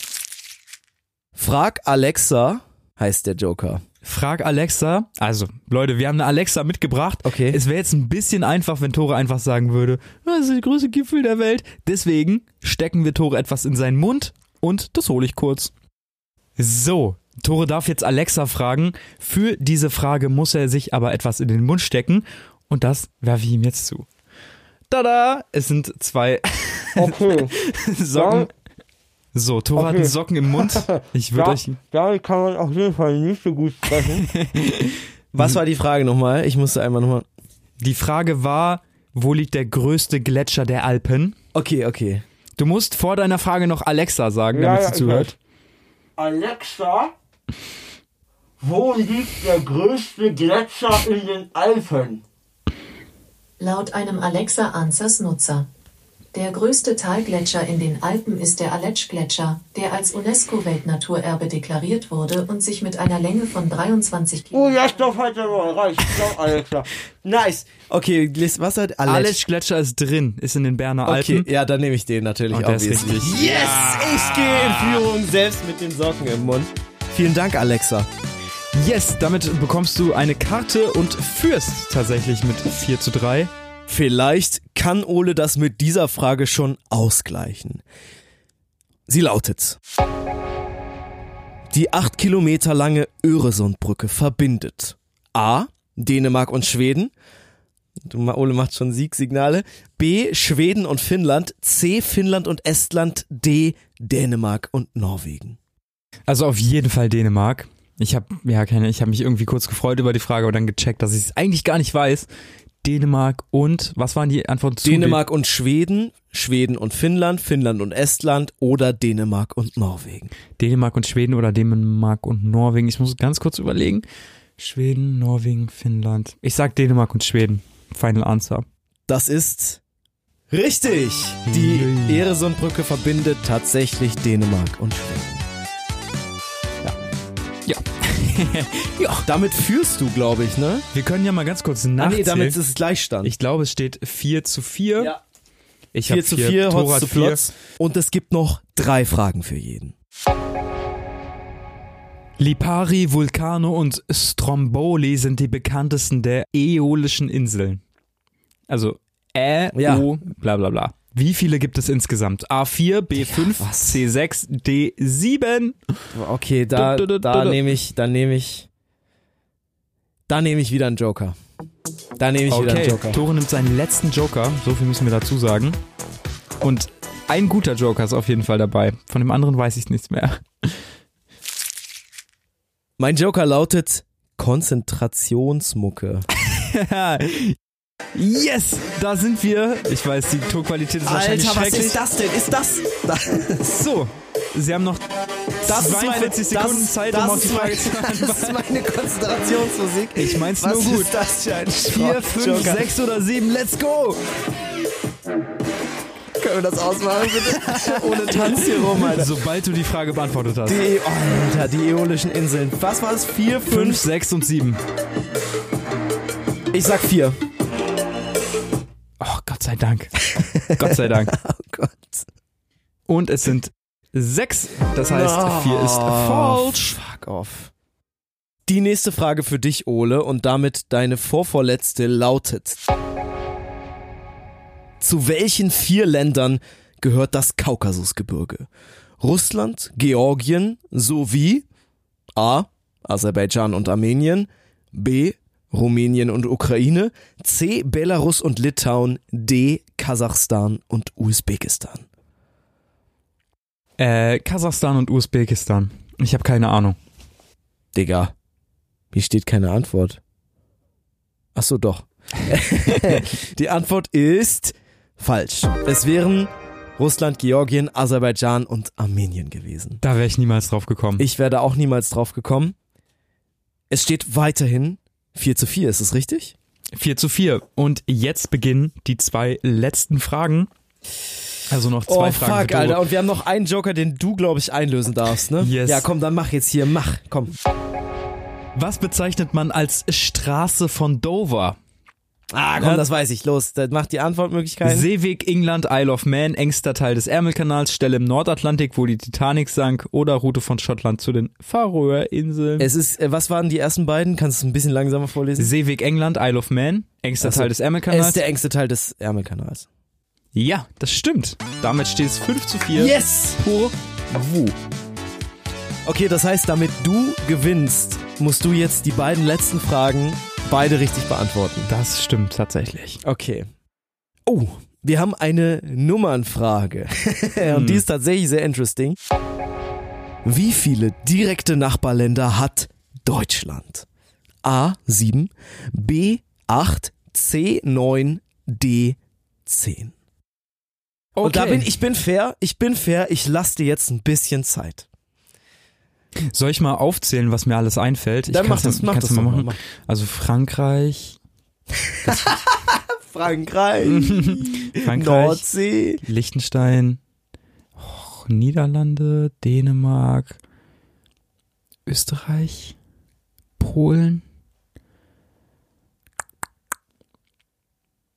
[SPEAKER 1] Frag Alexa heißt der Joker.
[SPEAKER 2] Frag Alexa. Also, Leute, wir haben eine Alexa mitgebracht.
[SPEAKER 1] Okay.
[SPEAKER 2] Es wäre jetzt ein bisschen einfach, wenn Tore einfach sagen würde, das ist der größte Gipfel der Welt. Deswegen stecken wir Tore etwas in seinen Mund und das hole ich kurz. So, Tore darf jetzt Alexa fragen. Für diese Frage muss er sich aber etwas in den Mund
[SPEAKER 4] <laughs>
[SPEAKER 2] stecken und das werfe ich ihm jetzt zu. Tada! Es sind zwei
[SPEAKER 5] Okay.
[SPEAKER 4] Socken.
[SPEAKER 5] Dann-
[SPEAKER 4] So, Toro hat einen
[SPEAKER 5] Okay.
[SPEAKER 4] Socken im
[SPEAKER 5] <laughs>
[SPEAKER 4] Mund. Ich würde euch.
[SPEAKER 5] damit kann man auf jeden Fall nicht so gut
[SPEAKER 4] <laughs>
[SPEAKER 5] sprechen.
[SPEAKER 2] Was war die Frage nochmal? Ich musste einmal nochmal.
[SPEAKER 4] Die Frage war, wo liegt der größte Gletscher der Alpen?
[SPEAKER 2] Okay, okay.
[SPEAKER 4] Du musst vor deiner Frage noch Alexa sagen,
[SPEAKER 5] Ja,
[SPEAKER 4] damit
[SPEAKER 5] ja,
[SPEAKER 4] sie
[SPEAKER 5] ich
[SPEAKER 4] zuhört.
[SPEAKER 5] Alexa, wo liegt der größte Gletscher in den Alpen?
[SPEAKER 6] Laut einem Alexa Answers Nutzer. Der größte Talgletscher in den Alpen ist der Aletschgletscher, der als UNESCO-Weltnaturerbe deklariert wurde und sich mit einer Länge von 23
[SPEAKER 5] Oh,
[SPEAKER 6] Kilometern.
[SPEAKER 5] ja, Stoff hat er noch erreicht. Stopp,
[SPEAKER 4] <laughs>
[SPEAKER 5] Alexa.
[SPEAKER 2] Nice. Okay, les- was hat Alex?
[SPEAKER 4] Alex Gletscher ist drin, ist in den Berner
[SPEAKER 2] Okay,
[SPEAKER 4] Alpen.
[SPEAKER 2] ja, dann nehme ich den natürlich
[SPEAKER 4] Und
[SPEAKER 2] auch.
[SPEAKER 4] der ist
[SPEAKER 2] Yes,
[SPEAKER 4] richtig.
[SPEAKER 2] ich gehe in Führung, selbst mit den Socken im Mund. Vielen Dank, Alexa.
[SPEAKER 4] Yes, damit bekommst du eine Karte und führst tatsächlich mit 4 zu 3.
[SPEAKER 2] Vielleicht kann Ole das mit dieser Frage schon ausgleichen. Sie lautet. Die acht Kilometer lange Öresundbrücke verbindet A. Dänemark und Schweden. Du, Ma- Ole macht schon Siegsignale. B. Schweden und Finnland. C. Finnland und Estland. D. Dänemark und Norwegen.
[SPEAKER 4] Also auf jeden Fall Dänemark. Ich habe ja keine, ich habe mich irgendwie kurz gefreut über die Frage, aber dann gecheckt, dass ich es eigentlich gar nicht weiß. Dänemark und was waren die Antworten zu
[SPEAKER 2] Dänemark und Schweden. Schweden und Finnland. Finnland und Estland. Oder Dänemark und Norwegen.
[SPEAKER 4] Dänemark und Schweden oder Dänemark und Norwegen. Ich muss ganz kurz überlegen. Schweden, Norwegen, Finnland. Ich sag Dänemark und Schweden. Final Answer.
[SPEAKER 2] Das ist richtig. Die
[SPEAKER 4] Yay.
[SPEAKER 2] Eresundbrücke verbindet tatsächlich Dänemark und Schweden.
[SPEAKER 4] Ja.
[SPEAKER 2] Ja, damit führst du, glaube ich, ne?
[SPEAKER 4] Wir können ja mal ganz kurz
[SPEAKER 2] Ah, nee,
[SPEAKER 4] nachzählen.
[SPEAKER 2] damit ist es Gleichstand.
[SPEAKER 4] ich glaube, es steht 4 zu 4.
[SPEAKER 2] Ja.
[SPEAKER 4] Ich
[SPEAKER 2] 4
[SPEAKER 4] hab
[SPEAKER 2] zu
[SPEAKER 4] vier,
[SPEAKER 2] 4,
[SPEAKER 4] Tora
[SPEAKER 2] Hotz
[SPEAKER 4] hat
[SPEAKER 2] zu
[SPEAKER 4] vier.
[SPEAKER 2] Flotz. Und es gibt noch drei Fragen für jeden.
[SPEAKER 4] Lipari, Vulcano und Stromboli sind die bekanntesten der äolischen Inseln. Also Ä,
[SPEAKER 2] Ja.
[SPEAKER 4] O, bla bla bla. Wie viele gibt es insgesamt? A4, B5, C6, D7.
[SPEAKER 2] Okay, da,
[SPEAKER 4] Du, du, du,
[SPEAKER 2] da
[SPEAKER 4] du, du.
[SPEAKER 2] nehme ich, da nehme ich, da nehme ich wieder einen Joker. Da nehme ich wieder einen
[SPEAKER 4] Okay,
[SPEAKER 2] Joker.
[SPEAKER 4] Tore nimmt seinen letzten Joker, so viel müssen wir dazu sagen. Und ein guter Joker ist auf jeden Fall dabei. Von dem anderen weiß ich nichts mehr.
[SPEAKER 2] Mein Joker lautet Konzentrationsmucke.
[SPEAKER 4] yes, da sind wir. Ich weiß, die Tonqualität ist wahrscheinlich schrecklich.
[SPEAKER 2] das denn? Ist das?
[SPEAKER 4] So, Sie haben noch
[SPEAKER 2] Das
[SPEAKER 4] 42
[SPEAKER 2] ist meine,
[SPEAKER 4] Sekunden
[SPEAKER 2] das,
[SPEAKER 4] Zeit,
[SPEAKER 2] das
[SPEAKER 4] um auf die
[SPEAKER 2] ist
[SPEAKER 4] Frage
[SPEAKER 2] meine,
[SPEAKER 4] zu
[SPEAKER 2] <laughs> Das ist meine Konzentrationsmusik.
[SPEAKER 4] Ich mein's
[SPEAKER 2] Was
[SPEAKER 4] nur gut.
[SPEAKER 2] Ist das für ein
[SPEAKER 4] 4, 5,
[SPEAKER 2] Joker?
[SPEAKER 4] 6 oder 7, let's go!
[SPEAKER 2] Können wir das ausmachen, bitte? <laughs> Ohne Tanz hier rum,
[SPEAKER 4] <laughs>
[SPEAKER 2] Alter.
[SPEAKER 4] Sobald du die Frage beantwortet hast.
[SPEAKER 2] Oh Die, oh, Alter, die äolischen Inseln. Was war es? 4,
[SPEAKER 4] 5,
[SPEAKER 2] 5?
[SPEAKER 4] 6 und 7.
[SPEAKER 2] Ich sag 4.
[SPEAKER 4] Oh, Gott sei Dank. Gott sei Dank.
[SPEAKER 2] Oh Gott.
[SPEAKER 4] Und es sind 6. Das heißt, 4 ist falsch.
[SPEAKER 2] Fuck off. Die nächste Frage für dich, Ole, und damit deine vorvorletzte lautet: Zu welchen vier Ländern gehört das Kaukasusgebirge? Russland, Georgien sowie A. Aserbaidschan und Armenien, B. Rumänien und Ukraine, C. Belarus und Litauen, D. Kasachstan und Usbekistan.
[SPEAKER 4] Äh, Kasachstan und Usbekistan. Ich habe keine Ahnung.
[SPEAKER 2] Digga, hier steht keine Antwort. Ach so,
[SPEAKER 4] <laughs>
[SPEAKER 2] doch. Die Antwort ist falsch. Es wären Russland, Georgien, Aserbaidschan und Armenien gewesen.
[SPEAKER 4] Da wäre ich niemals drauf gekommen.
[SPEAKER 2] Ich wäre da auch niemals drauf gekommen. Es steht weiterhin 4 zu 4, ist es richtig?
[SPEAKER 4] 4 zu 4. Und jetzt beginnen die zwei letzten Fragen. Also noch zwei
[SPEAKER 2] oh
[SPEAKER 4] Fragen. für
[SPEAKER 2] fuck,
[SPEAKER 4] Doro.
[SPEAKER 2] Alter. Und wir haben noch einen Joker, den du, glaube ich, einlösen darfst, ne?
[SPEAKER 4] Yes.
[SPEAKER 2] Ja, komm, dann mach jetzt hier, mach, komm.
[SPEAKER 4] Was bezeichnet man als Straße von Dover?
[SPEAKER 2] Ah, komm,
[SPEAKER 4] Ja.
[SPEAKER 2] das weiß ich. Los, dann mach die Antwortmöglichkeiten.
[SPEAKER 4] Seeweg England, Isle of Man, engster Teil des Ärmelkanals, Stelle im Nordatlantik, wo die Titanic sank, oder Route von Schottland zu den Färöerinseln.
[SPEAKER 2] es ist, äh, was waren die ersten beiden? Kannst du es ein bisschen langsamer vorlesen?
[SPEAKER 4] Seeweg England, Isle of Man, engster
[SPEAKER 2] Ach so.
[SPEAKER 4] Teil des
[SPEAKER 2] Es
[SPEAKER 4] Ärmelkanals.
[SPEAKER 2] ist der engste Teil des Ärmelkanals.
[SPEAKER 4] ja, das stimmt. Damit steht es 5 zu 4.
[SPEAKER 2] Yes!
[SPEAKER 4] Pur Wu.
[SPEAKER 2] Okay, das heißt, damit du gewinnst, musst du jetzt die beiden letzten Fragen beide richtig beantworten.
[SPEAKER 4] Das stimmt tatsächlich.
[SPEAKER 2] Okay. Oh,
[SPEAKER 1] Wir haben eine Nummernfrage. <laughs> Und die ist tatsächlich sehr interesting. Wie viele direkte Nachbarländer hat Deutschland? A7, B8, C9, D10.
[SPEAKER 4] Okay.
[SPEAKER 1] Und da bin ich bin fair, ich bin fair, ich lasse dir jetzt ein bisschen Zeit.
[SPEAKER 4] Soll ich mal aufzählen, was mir alles einfällt?
[SPEAKER 1] Dann
[SPEAKER 4] ich kann's
[SPEAKER 1] mach das, mach
[SPEAKER 4] kann's
[SPEAKER 1] das
[SPEAKER 4] mal
[SPEAKER 1] doch mal,
[SPEAKER 4] machen.
[SPEAKER 1] mach.
[SPEAKER 4] Also Frankreich,
[SPEAKER 1] Frankreich,
[SPEAKER 4] Frankreich,
[SPEAKER 1] Nordsee.
[SPEAKER 4] Liechtenstein, och, Niederlande, Dänemark, Österreich, Polen.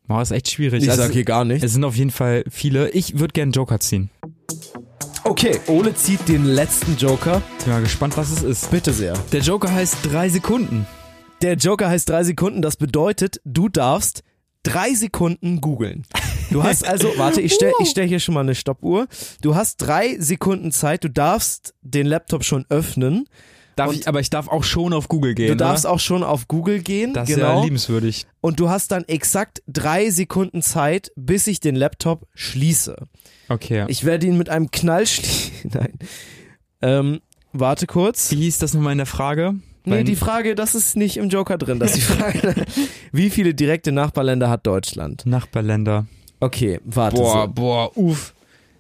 [SPEAKER 4] Boah, ist echt schwierig.
[SPEAKER 1] Ich
[SPEAKER 4] Also,
[SPEAKER 1] sag hier gar nichts.
[SPEAKER 4] es sind auf jeden Fall viele. Ich würde gerne Joker ziehen.
[SPEAKER 1] Okay, Ole zieht den letzten Joker.
[SPEAKER 4] Ich bin mal gespannt, was es ist.
[SPEAKER 1] Bitte sehr.
[SPEAKER 4] Der Joker heißt drei Sekunden.
[SPEAKER 1] Der Joker heißt drei Sekunden, das bedeutet, du darfst drei Sekunden googeln. Du
[SPEAKER 4] <laughs>
[SPEAKER 1] hast also, warte, ich stelle ich stell hier schon mal eine Stoppuhr. Du hast drei Sekunden Zeit, du darfst den Laptop schon öffnen.
[SPEAKER 4] Darf
[SPEAKER 1] Und-
[SPEAKER 4] ich, aber ich darf auch schon auf Google gehen.
[SPEAKER 1] Du darfst
[SPEAKER 4] ne?
[SPEAKER 1] auch schon auf Google gehen.
[SPEAKER 4] Das ist ja
[SPEAKER 1] genau.
[SPEAKER 4] liebenswürdig.
[SPEAKER 1] und du hast dann exakt drei Sekunden Zeit, bis ich den Laptop schließe.
[SPEAKER 4] Okay.
[SPEAKER 1] Ich werde ihn mit einem Knall schließen. <laughs> Nein. Ähm, warte kurz.
[SPEAKER 4] Wie hieß das nochmal in der Frage?
[SPEAKER 1] Nee,
[SPEAKER 4] Weil-
[SPEAKER 1] die Frage, das ist nicht im Joker drin. Das ist die
[SPEAKER 4] <laughs>
[SPEAKER 1] Frage. Wie viele direkte Nachbarländer hat Deutschland?
[SPEAKER 4] Nachbarländer.
[SPEAKER 1] Okay, warte.
[SPEAKER 4] Boah,
[SPEAKER 1] So.
[SPEAKER 4] boah, uff.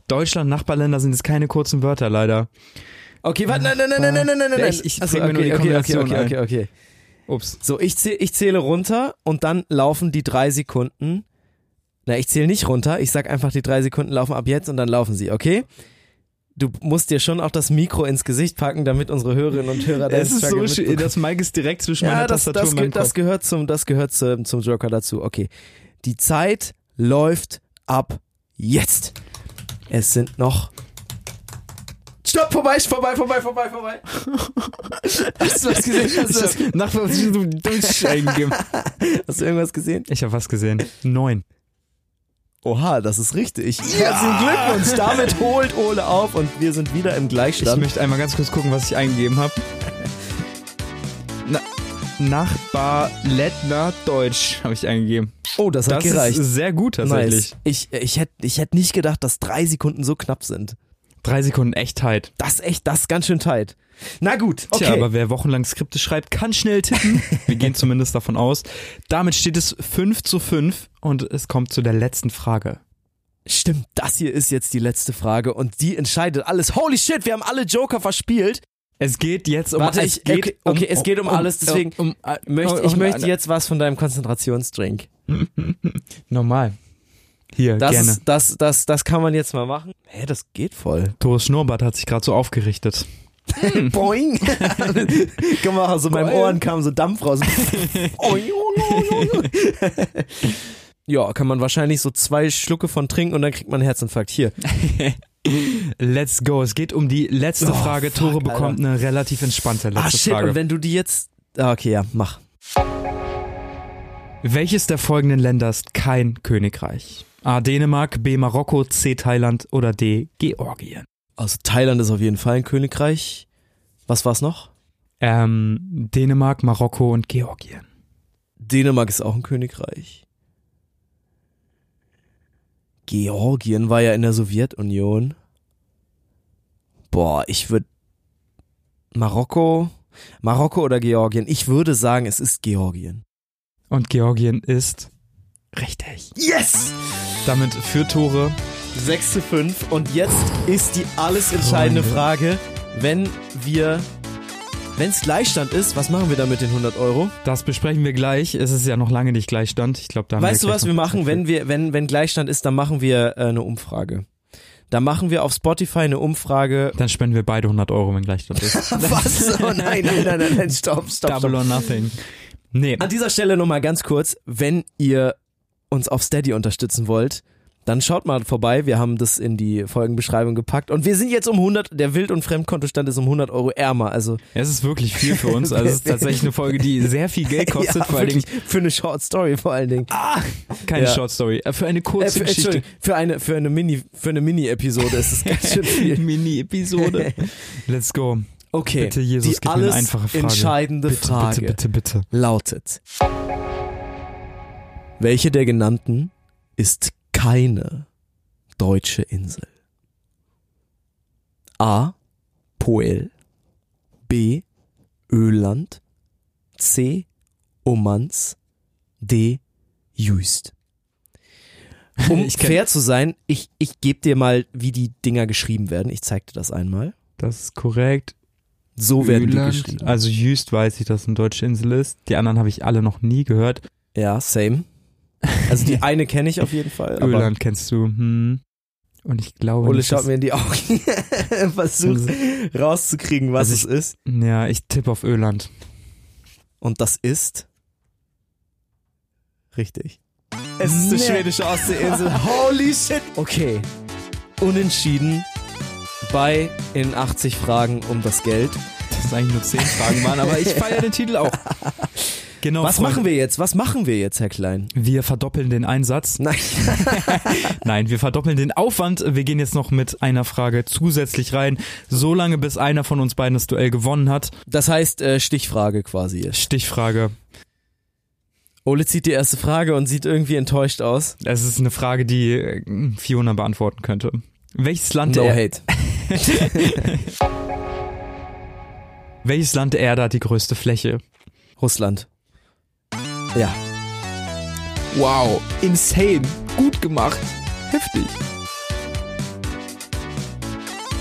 [SPEAKER 4] Deutschland, Nachbarländer sind jetzt keine kurzen Wörter, leider.
[SPEAKER 1] Okay, warte, nein, nein, nein, nein, nein, nein, nein, nein.
[SPEAKER 4] Ich- ich
[SPEAKER 1] Achso,
[SPEAKER 4] bring mir nur die
[SPEAKER 1] okay, okay,
[SPEAKER 4] Kombination
[SPEAKER 1] okay,
[SPEAKER 4] ein.
[SPEAKER 1] okay, okay.
[SPEAKER 4] Ups.
[SPEAKER 1] So, ich, zäh, ich zähle runter und dann laufen die drei Sekunden. Na, ich zähle nicht runter. Ich sag einfach, die drei Sekunden laufen ab jetzt und dann laufen sie, okay? Du musst dir schon auch das Mikro ins Gesicht packen, damit unsere Hörerinnen und Hörer
[SPEAKER 4] Es ist so schön,
[SPEAKER 1] schön.
[SPEAKER 4] das Mike ist direkt zwischen
[SPEAKER 1] Ja,
[SPEAKER 4] meiner
[SPEAKER 1] Ah, das,
[SPEAKER 4] Tastatur
[SPEAKER 1] das,
[SPEAKER 4] und
[SPEAKER 1] ge
[SPEAKER 4] meinem
[SPEAKER 1] das
[SPEAKER 4] Kopf.
[SPEAKER 1] gehört, zum, das gehört zum, zum Joker dazu. Okay. Die Zeit läuft ab jetzt. Es sind noch. Stopp, vorbei, vorbei, vorbei, vorbei, <laughs> vorbei. Hast du was gesehen? Hast du, was,
[SPEAKER 4] Ich hab Nachbarländer Deutsch <laughs> eingegeben.
[SPEAKER 1] hast du irgendwas gesehen?
[SPEAKER 4] Ich habe was gesehen. Neun.
[SPEAKER 1] Oha, das ist richtig. Herzlichen Glückwunsch. Damit holt Ole auf und wir sind wieder im
[SPEAKER 4] Ich
[SPEAKER 1] Gleichstand.
[SPEAKER 4] möchte einmal ganz kurz gucken, was ich eingegeben habe. Na, Nachbarländer Deutsch habe ich eingegeben.
[SPEAKER 1] oh, das hat
[SPEAKER 4] Das ist
[SPEAKER 1] gereicht.
[SPEAKER 4] sehr gut tatsächlich.
[SPEAKER 1] nice. Ich, ich hätte ich hätt nicht gedacht, dass drei Sekunden so knapp sind.
[SPEAKER 4] Drei Sekunden Echtheit.
[SPEAKER 1] Das ist echt, das ist ganz schön tight. Na gut, okay.
[SPEAKER 4] Tja, aber wer wochenlang Skripte schreibt, kann
[SPEAKER 1] <laughs>
[SPEAKER 4] schnell tippen. Wir gehen zumindest davon aus. Damit steht es 5 zu 5 und es kommt zu der letzten Frage.
[SPEAKER 1] Stimmt, das hier ist jetzt die letzte Frage und die entscheidet alles. Holy shit, wir haben alle Joker verspielt.
[SPEAKER 4] Es geht jetzt um
[SPEAKER 1] Warte,
[SPEAKER 4] es
[SPEAKER 1] ich- okay, okay, es geht um alles, deswegen
[SPEAKER 4] äh,
[SPEAKER 1] Möcht,
[SPEAKER 4] um-
[SPEAKER 1] ich
[SPEAKER 4] um-
[SPEAKER 1] möchte jetzt was von deinem Konzentrationsdrink.
[SPEAKER 4] Normal. Hier,
[SPEAKER 1] Das,
[SPEAKER 4] gerne.
[SPEAKER 1] ist, das, das, das kann man jetzt mal machen. Hä, das geht voll.
[SPEAKER 4] Doris Schnurrbart hat sich gerade so aufgerichtet.
[SPEAKER 1] <laughs> Boing. <laughs> Komm mal, aus meinen
[SPEAKER 4] Geil.
[SPEAKER 1] Ohren kam so Dampf <laughs> raus. Oi, oi, oi, oi. <laughs> ja, kann man wahrscheinlich so zwei Schlucke von trinken und dann kriegt man einen Herzinfarkt. Hier,
[SPEAKER 4] Let's go. Es geht um die letzte
[SPEAKER 1] Oh,
[SPEAKER 4] Frage.
[SPEAKER 1] fuck,
[SPEAKER 4] Tore bekommt eine relativ entspannte letzte
[SPEAKER 1] ah shit,
[SPEAKER 4] Frage.
[SPEAKER 1] und wenn du die jetzt... Ah, okay, ja, mach.
[SPEAKER 4] Welches der folgenden Länder ist kein Königreich? A. Dänemark, B. Marokko, C. Thailand oder D. Georgien?
[SPEAKER 1] Also Thailand ist auf jeden Fall ein Königreich. Was war's noch?
[SPEAKER 4] Ähm, Dänemark, Marokko und Georgien.
[SPEAKER 1] Dänemark ist auch ein Königreich. Georgien war ja in der Sowjetunion. Boah, ich würde Marokko, Marokko oder Georgien. Ich würde sagen, es ist Georgien.
[SPEAKER 4] Und Georgien ist richtig.
[SPEAKER 1] Yes!
[SPEAKER 4] Damit für Tore.
[SPEAKER 1] 6 zu 5 und jetzt ist die alles entscheidende Frage, wenn wir wenn es Gleichstand ist, was machen wir dann mit den 100 Euro?
[SPEAKER 4] Das besprechen wir gleich. Es ist ja noch lange nicht Gleichstand. Ich glaube, da haben
[SPEAKER 1] Weißt du,
[SPEAKER 4] gleich
[SPEAKER 1] was
[SPEAKER 4] noch
[SPEAKER 1] wir machen,
[SPEAKER 4] Zeit
[SPEAKER 1] wenn wir, wenn, wenn Gleichstand ist, dann machen wir äh, eine Umfrage. Da machen wir auf Spotify eine Umfrage.
[SPEAKER 4] für. Dann spenden wir beide 100 Euro, wenn Gleichstand ist.
[SPEAKER 1] <laughs> Was? Oh nein, nein, nein, nein, nein, stopp, stopp,
[SPEAKER 4] Double
[SPEAKER 1] stopp.
[SPEAKER 4] or nothing. Nee.
[SPEAKER 1] An dieser Stelle nochmal ganz kurz, wenn ihr uns auf Steady unterstützen wollt, dann schaut mal vorbei. Wir haben das in die Folgenbeschreibung gepackt. Und wir sind jetzt um 100, der Wild- und Fremdkontostand ist um 100 Euro ärmer. Also
[SPEAKER 4] Es ist wirklich viel für uns. Also es ist tatsächlich eine Folge, die sehr viel Geld
[SPEAKER 1] <laughs>
[SPEAKER 4] kostet.
[SPEAKER 1] ja,
[SPEAKER 4] vor allen Dingen
[SPEAKER 1] wirklich, für eine Short Story vor allen Dingen.
[SPEAKER 4] keine
[SPEAKER 1] ja.
[SPEAKER 4] Short Story. Äh, Ah, Für eine
[SPEAKER 1] äh, für,
[SPEAKER 4] kurze Geschichte.
[SPEAKER 1] Entschuldigung, für eine, für eine Mini, für eine Mini-Episode ist es <laughs> ganz schön viel.
[SPEAKER 4] <laughs> Mini-Episode. Let's go.
[SPEAKER 1] Okay,
[SPEAKER 4] Bitte, Jesus,
[SPEAKER 1] die
[SPEAKER 4] gib mir eine
[SPEAKER 1] alles
[SPEAKER 4] einfache Frage.
[SPEAKER 1] entscheidende
[SPEAKER 4] Bitte,
[SPEAKER 1] Frage
[SPEAKER 4] bitte, bitte, bitte.
[SPEAKER 1] lautet: Welche der genannten ist keine deutsche Insel? A. Poel. B. Öland. C. Omanz. D.
[SPEAKER 4] <laughs>
[SPEAKER 1] Jüst. Um
[SPEAKER 4] Ich kenn-
[SPEAKER 1] fair zu sein, ich, ich gebe dir mal, wie die Dinger geschrieben werden. Ich zeig dir das einmal.
[SPEAKER 4] Das ist korrekt.
[SPEAKER 1] So werden
[SPEAKER 4] Öland,
[SPEAKER 1] die geschrieben.
[SPEAKER 4] Also Jüst weiß ich, dass es eine deutsche Insel ist. Die anderen habe ich alle noch nie gehört.
[SPEAKER 1] Ja, same. Also
[SPEAKER 4] <laughs>
[SPEAKER 1] die eine kenne ich auf jeden Fall. aber-
[SPEAKER 4] Öland kennst du. Hm. Und ich glaube,
[SPEAKER 1] Ole
[SPEAKER 4] nicht,
[SPEAKER 1] schaut
[SPEAKER 4] dass,
[SPEAKER 1] mir in die <laughs> Augen. Versucht rauszukriegen, was
[SPEAKER 4] Also
[SPEAKER 1] es ist.
[SPEAKER 4] ja, ich tippe auf Öland.
[SPEAKER 1] Und das ist. Richtig. Es ist die
[SPEAKER 4] Nee.
[SPEAKER 1] schwedische Ostseeinsel. Holy shit! Okay. Unentschieden bei in 80 Fragen um das Geld.
[SPEAKER 4] Das ist eigentlich nur zehn Fragen waren, aber ich feiere den Titel auch. <laughs> Genau.
[SPEAKER 1] Was machen wir jetzt? Was machen wir jetzt, Herr Klein? <laughs>
[SPEAKER 4] wir? Wir verdoppeln den Einsatz.
[SPEAKER 1] Nein.
[SPEAKER 4] Nein, wir verdoppeln den Aufwand. Wir gehen jetzt noch mit einer Frage zusätzlich rein. So lange, bis einer von uns beiden das Duell gewonnen hat.
[SPEAKER 1] Das heißt, äh, Stichfrage quasi. jetzt.
[SPEAKER 4] Stichfrage.
[SPEAKER 1] Ole zieht die erste Frage und sieht irgendwie enttäuscht aus.
[SPEAKER 4] Es ist eine Frage, die äh, Fiona beantworten könnte. Welches Land,
[SPEAKER 1] No
[SPEAKER 4] der,
[SPEAKER 1] hate.
[SPEAKER 4] welches Land der Erde hat die größte Fläche?
[SPEAKER 1] Russland. Ja.
[SPEAKER 4] Wow, insane. Gut gemacht. Heftig.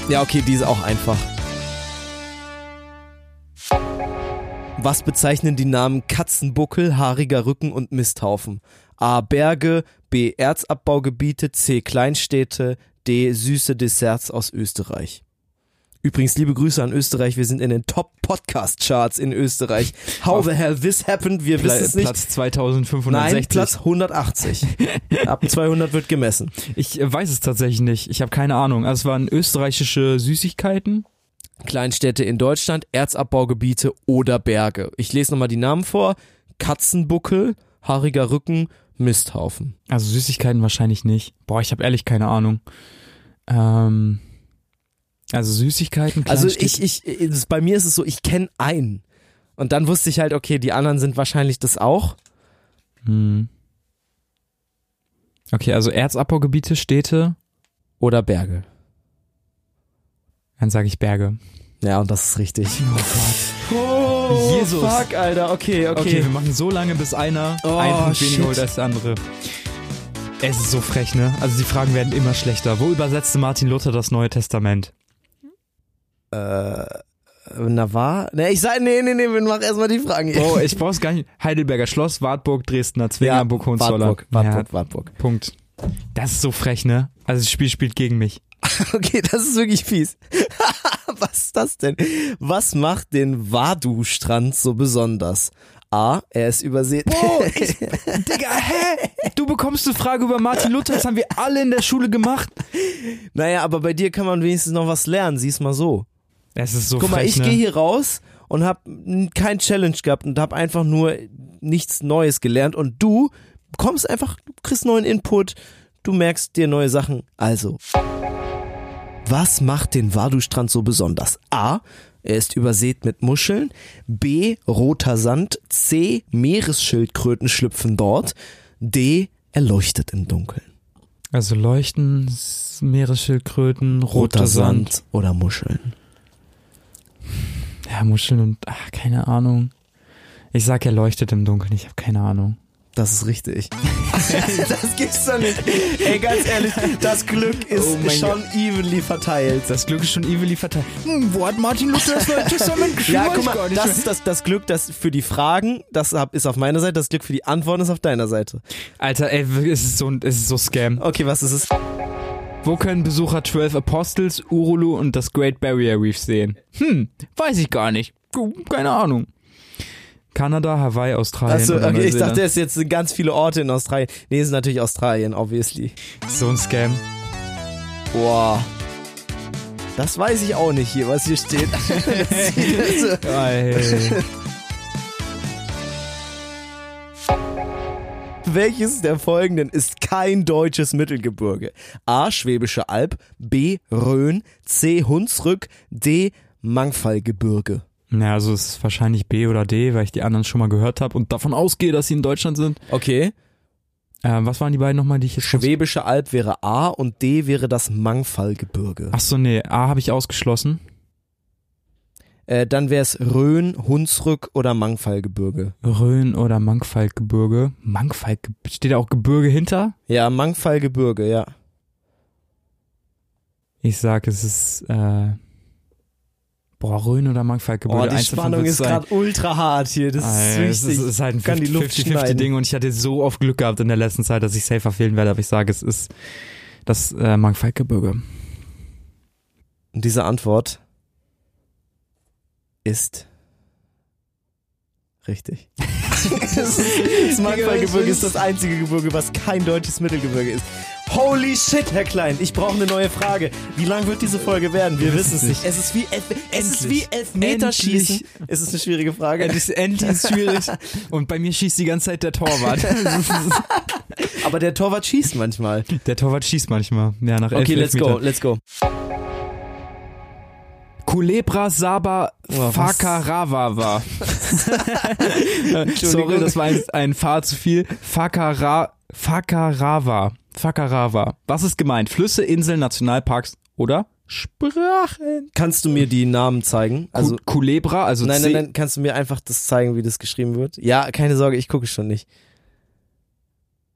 [SPEAKER 1] Ja, okay, die ist auch einfach. Was bezeichnen die Namen Katzenbuckel, haariger Rücken und Misthaufen? A. Berge, B. Erzabbaugebiete, C. Kleinstädte, D. Süße Desserts aus Österreich. Übrigens, liebe Grüße an Österreich. Wir sind in den Top-Podcast-Charts in Österreich. How the hell this happened? Wir wissen es nicht.
[SPEAKER 4] Platz
[SPEAKER 1] Nein,
[SPEAKER 4] 2560.
[SPEAKER 1] Platz 180. Ab 200 wird gemessen.
[SPEAKER 4] Ich äh, weiß es tatsächlich nicht. Ich habe keine Ahnung. Also es waren österreichische Süßigkeiten.
[SPEAKER 1] Kleinstädte in Deutschland, Erzabbaugebiete oder Berge. Ich lese nochmal die Namen vor. Katzenbuckel, haariger Rücken, Misthaufen.
[SPEAKER 4] Also Süßigkeiten wahrscheinlich nicht. Boah, ich habe ehrlich keine Ahnung. Ähm, also Süßigkeiten.
[SPEAKER 1] Also
[SPEAKER 4] Kleinstädte-
[SPEAKER 1] ich, ich, es- bei mir ist es so, ich kenne einen. Und dann wusste ich halt, okay, die anderen sind wahrscheinlich das auch.
[SPEAKER 4] Hm. Okay, also Erzabbaugebiete, Städte.
[SPEAKER 1] Oder Berge.
[SPEAKER 4] Dann sage ich Berge.
[SPEAKER 1] Ja, und das ist richtig.
[SPEAKER 4] Oh, Jesus.
[SPEAKER 1] Fuck, Alter, okay, okay.
[SPEAKER 4] Okay. wir machen so lange, bis einer
[SPEAKER 1] Oh,
[SPEAKER 4] einen Punkt
[SPEAKER 1] shit.
[SPEAKER 4] weniger holt als der andere. Es ist so frech, ne? Also die Fragen werden immer schlechter. Wo übersetzte Martin Luther das
[SPEAKER 1] <laughs>
[SPEAKER 4] Neue Testament?
[SPEAKER 1] Navar? Ne, ich sag, nee, nee, nee, wir machen erstmal die Fragen. hier.
[SPEAKER 4] Oh, ich brauch's gar nicht. Heidelberger Schloss, Wartburg, Dresdner,
[SPEAKER 1] ja,
[SPEAKER 4] Zwingerburg, Hohenzollern.
[SPEAKER 1] Wartburg, Wartburg,
[SPEAKER 4] Ja,
[SPEAKER 1] Wartburg.
[SPEAKER 4] Punkt. Das ist so frech, ne? Also das Spiel spielt gegen mich.
[SPEAKER 1] Okay, das ist wirklich fies. <laughs> Was ist das denn? Was macht den Wadu-Strand so besonders? A, er ist übersät.
[SPEAKER 4] Digga, hä? Du bekommst eine Frage über Martin Luther, das haben wir alle in der Schule gemacht.
[SPEAKER 1] <laughs> Naja, aber bei dir kann man wenigstens noch was lernen, sieh's mal so.
[SPEAKER 4] Es ist so
[SPEAKER 1] Guck mal,
[SPEAKER 4] frech,
[SPEAKER 1] ich
[SPEAKER 4] ne?
[SPEAKER 1] gehe hier raus und hab n- kein Challenge gehabt und hab einfach nur nichts Neues gelernt und du kommst einfach, du kriegst neuen Input, du merkst dir neue Sachen. Also, was macht den Wadu-Strand so besonders? A, er ist übersät mit Muscheln, B, roter Sand, C, Meeresschildkröten schlüpfen dort, D, er leuchtet im Dunkeln.
[SPEAKER 4] Also Leuchten, S- Meeresschildkröten, roter, Sand.
[SPEAKER 1] oder Muscheln.
[SPEAKER 4] Ja, Muscheln und ach, keine Ahnung. Ich sag, er leuchtet im Dunkeln, ich habe keine Ahnung.
[SPEAKER 1] Das ist
[SPEAKER 4] <laughs>
[SPEAKER 1] richtig. das gibt's doch nicht. Ey, ganz ehrlich, das Glück ist
[SPEAKER 4] Oh mein
[SPEAKER 1] schon evenly verteilt.
[SPEAKER 4] Das Glück ist schon evenly verteilt. Hm, wo hat Martin Luther das Neue <laughs> Testament geschrieben?
[SPEAKER 1] Ja, guck mal, das ist das, das Glück, das für die Fragen, das hab- ist auf meiner Seite, das Glück für die Antworten ist auf deiner Seite.
[SPEAKER 4] Alter, ey, wirklich, es ist so, ein- es ist so Scam.
[SPEAKER 1] Okay, was ist es?
[SPEAKER 4] Wo können Besucher 12 Apostles, Urulu und das Great Barrier Reef sehen? Hm, weiß ich gar nicht. Keine Ahnung. Kanada, Hawaii, Australien.
[SPEAKER 1] Also,
[SPEAKER 4] und
[SPEAKER 1] okay, ich dachte,
[SPEAKER 4] Neuseeland.
[SPEAKER 1] es jetzt sind ganz viele Orte in Australien. Nee, es ist natürlich Australien, obviously.
[SPEAKER 4] so ein Scam.
[SPEAKER 1] Boah. Das weiß ich auch nicht hier, was hier steht. Das sieht so-
[SPEAKER 4] <laughs> Ey.
[SPEAKER 1] Welches der folgenden ist kein deutsches Mittelgebirge? A. Schwäbische Alb, B. Rhön, C. Hunsrück, D. Mangfallgebirge.
[SPEAKER 4] Na, also es ist wahrscheinlich B oder D, weil ich die anderen schon mal gehört habe und davon ausgehe, dass sie in Deutschland sind.
[SPEAKER 1] Okay.
[SPEAKER 4] Äh, was waren die beiden nochmal, die ich jetzt.
[SPEAKER 2] Schwäbische Alb wäre A und D wäre das Mangfallgebirge.
[SPEAKER 4] Achso, nee, A habe ich ausgeschlossen.
[SPEAKER 2] Äh, dann wäre es Rhön, Hunsrück oder Mangfallgebirge.
[SPEAKER 4] Rhön oder Mangfallgebirge. Mangfall steht da auch Gebirge hinter?
[SPEAKER 2] Ja, Mangfallgebirge, ja.
[SPEAKER 4] Ich sag, es ist äh, boah, Rhön oder Mangfallgebirge.
[SPEAKER 2] Oh, die
[SPEAKER 4] eins davon
[SPEAKER 2] Spannung
[SPEAKER 4] wird's
[SPEAKER 2] ist
[SPEAKER 4] sein.
[SPEAKER 2] gerade ultra hart hier. Das ist
[SPEAKER 4] Ey, es
[SPEAKER 2] wichtig.
[SPEAKER 4] ist, es ist halt ein
[SPEAKER 2] Kann die Luft
[SPEAKER 4] 50-50
[SPEAKER 2] schneiden.
[SPEAKER 4] Ding und ich hatte so oft Glück gehabt in der letzten Zeit, dass ich safe verfehlen werde, aber ich sage, es ist das äh, Mangfallgebirge.
[SPEAKER 2] Und diese Antwort ist richtig. das Mangfallgebirge ist das einzige Gebirge, was kein deutsches Mittelgebirge ist. Holy shit, Herr Klein, ich brauche eine neue Frage. Wie lang wird diese Folge werden? Wir wissen es nicht. Es ist wie, Elf es ist wie
[SPEAKER 4] Endlich.
[SPEAKER 2] Elfmeterschießen.
[SPEAKER 4] Endlich.
[SPEAKER 2] Es ist eine schwierige
[SPEAKER 4] <laughs> Es
[SPEAKER 2] Frage.
[SPEAKER 4] ist endlich schwierig und bei mir schießt die ganze Zeit
[SPEAKER 2] <laughs>
[SPEAKER 4] der Torwart.
[SPEAKER 2] Aber der Torwart schießt manchmal.
[SPEAKER 4] der Torwart schießt manchmal. Ja, nach elf
[SPEAKER 2] Okay, let's go,
[SPEAKER 4] Elfmetern.
[SPEAKER 2] let's go.
[SPEAKER 4] Kulebra Saba
[SPEAKER 2] Oh, was? <laughs>
[SPEAKER 4] Fakaravava. Sorry, das war ein, ein Fahr zu viel. Fakara, Fakarava. Fakarava. Was ist gemeint? Flüsse, Inseln, Nationalparks oder Sprachen?
[SPEAKER 2] Kannst du mir die Namen zeigen? Also
[SPEAKER 4] Also Kulebra, also
[SPEAKER 2] Nein,
[SPEAKER 4] C-
[SPEAKER 2] nein, nein, kannst du mir einfach das zeigen, wie das geschrieben wird? Ja, keine Sorge, ich gucke schon nicht.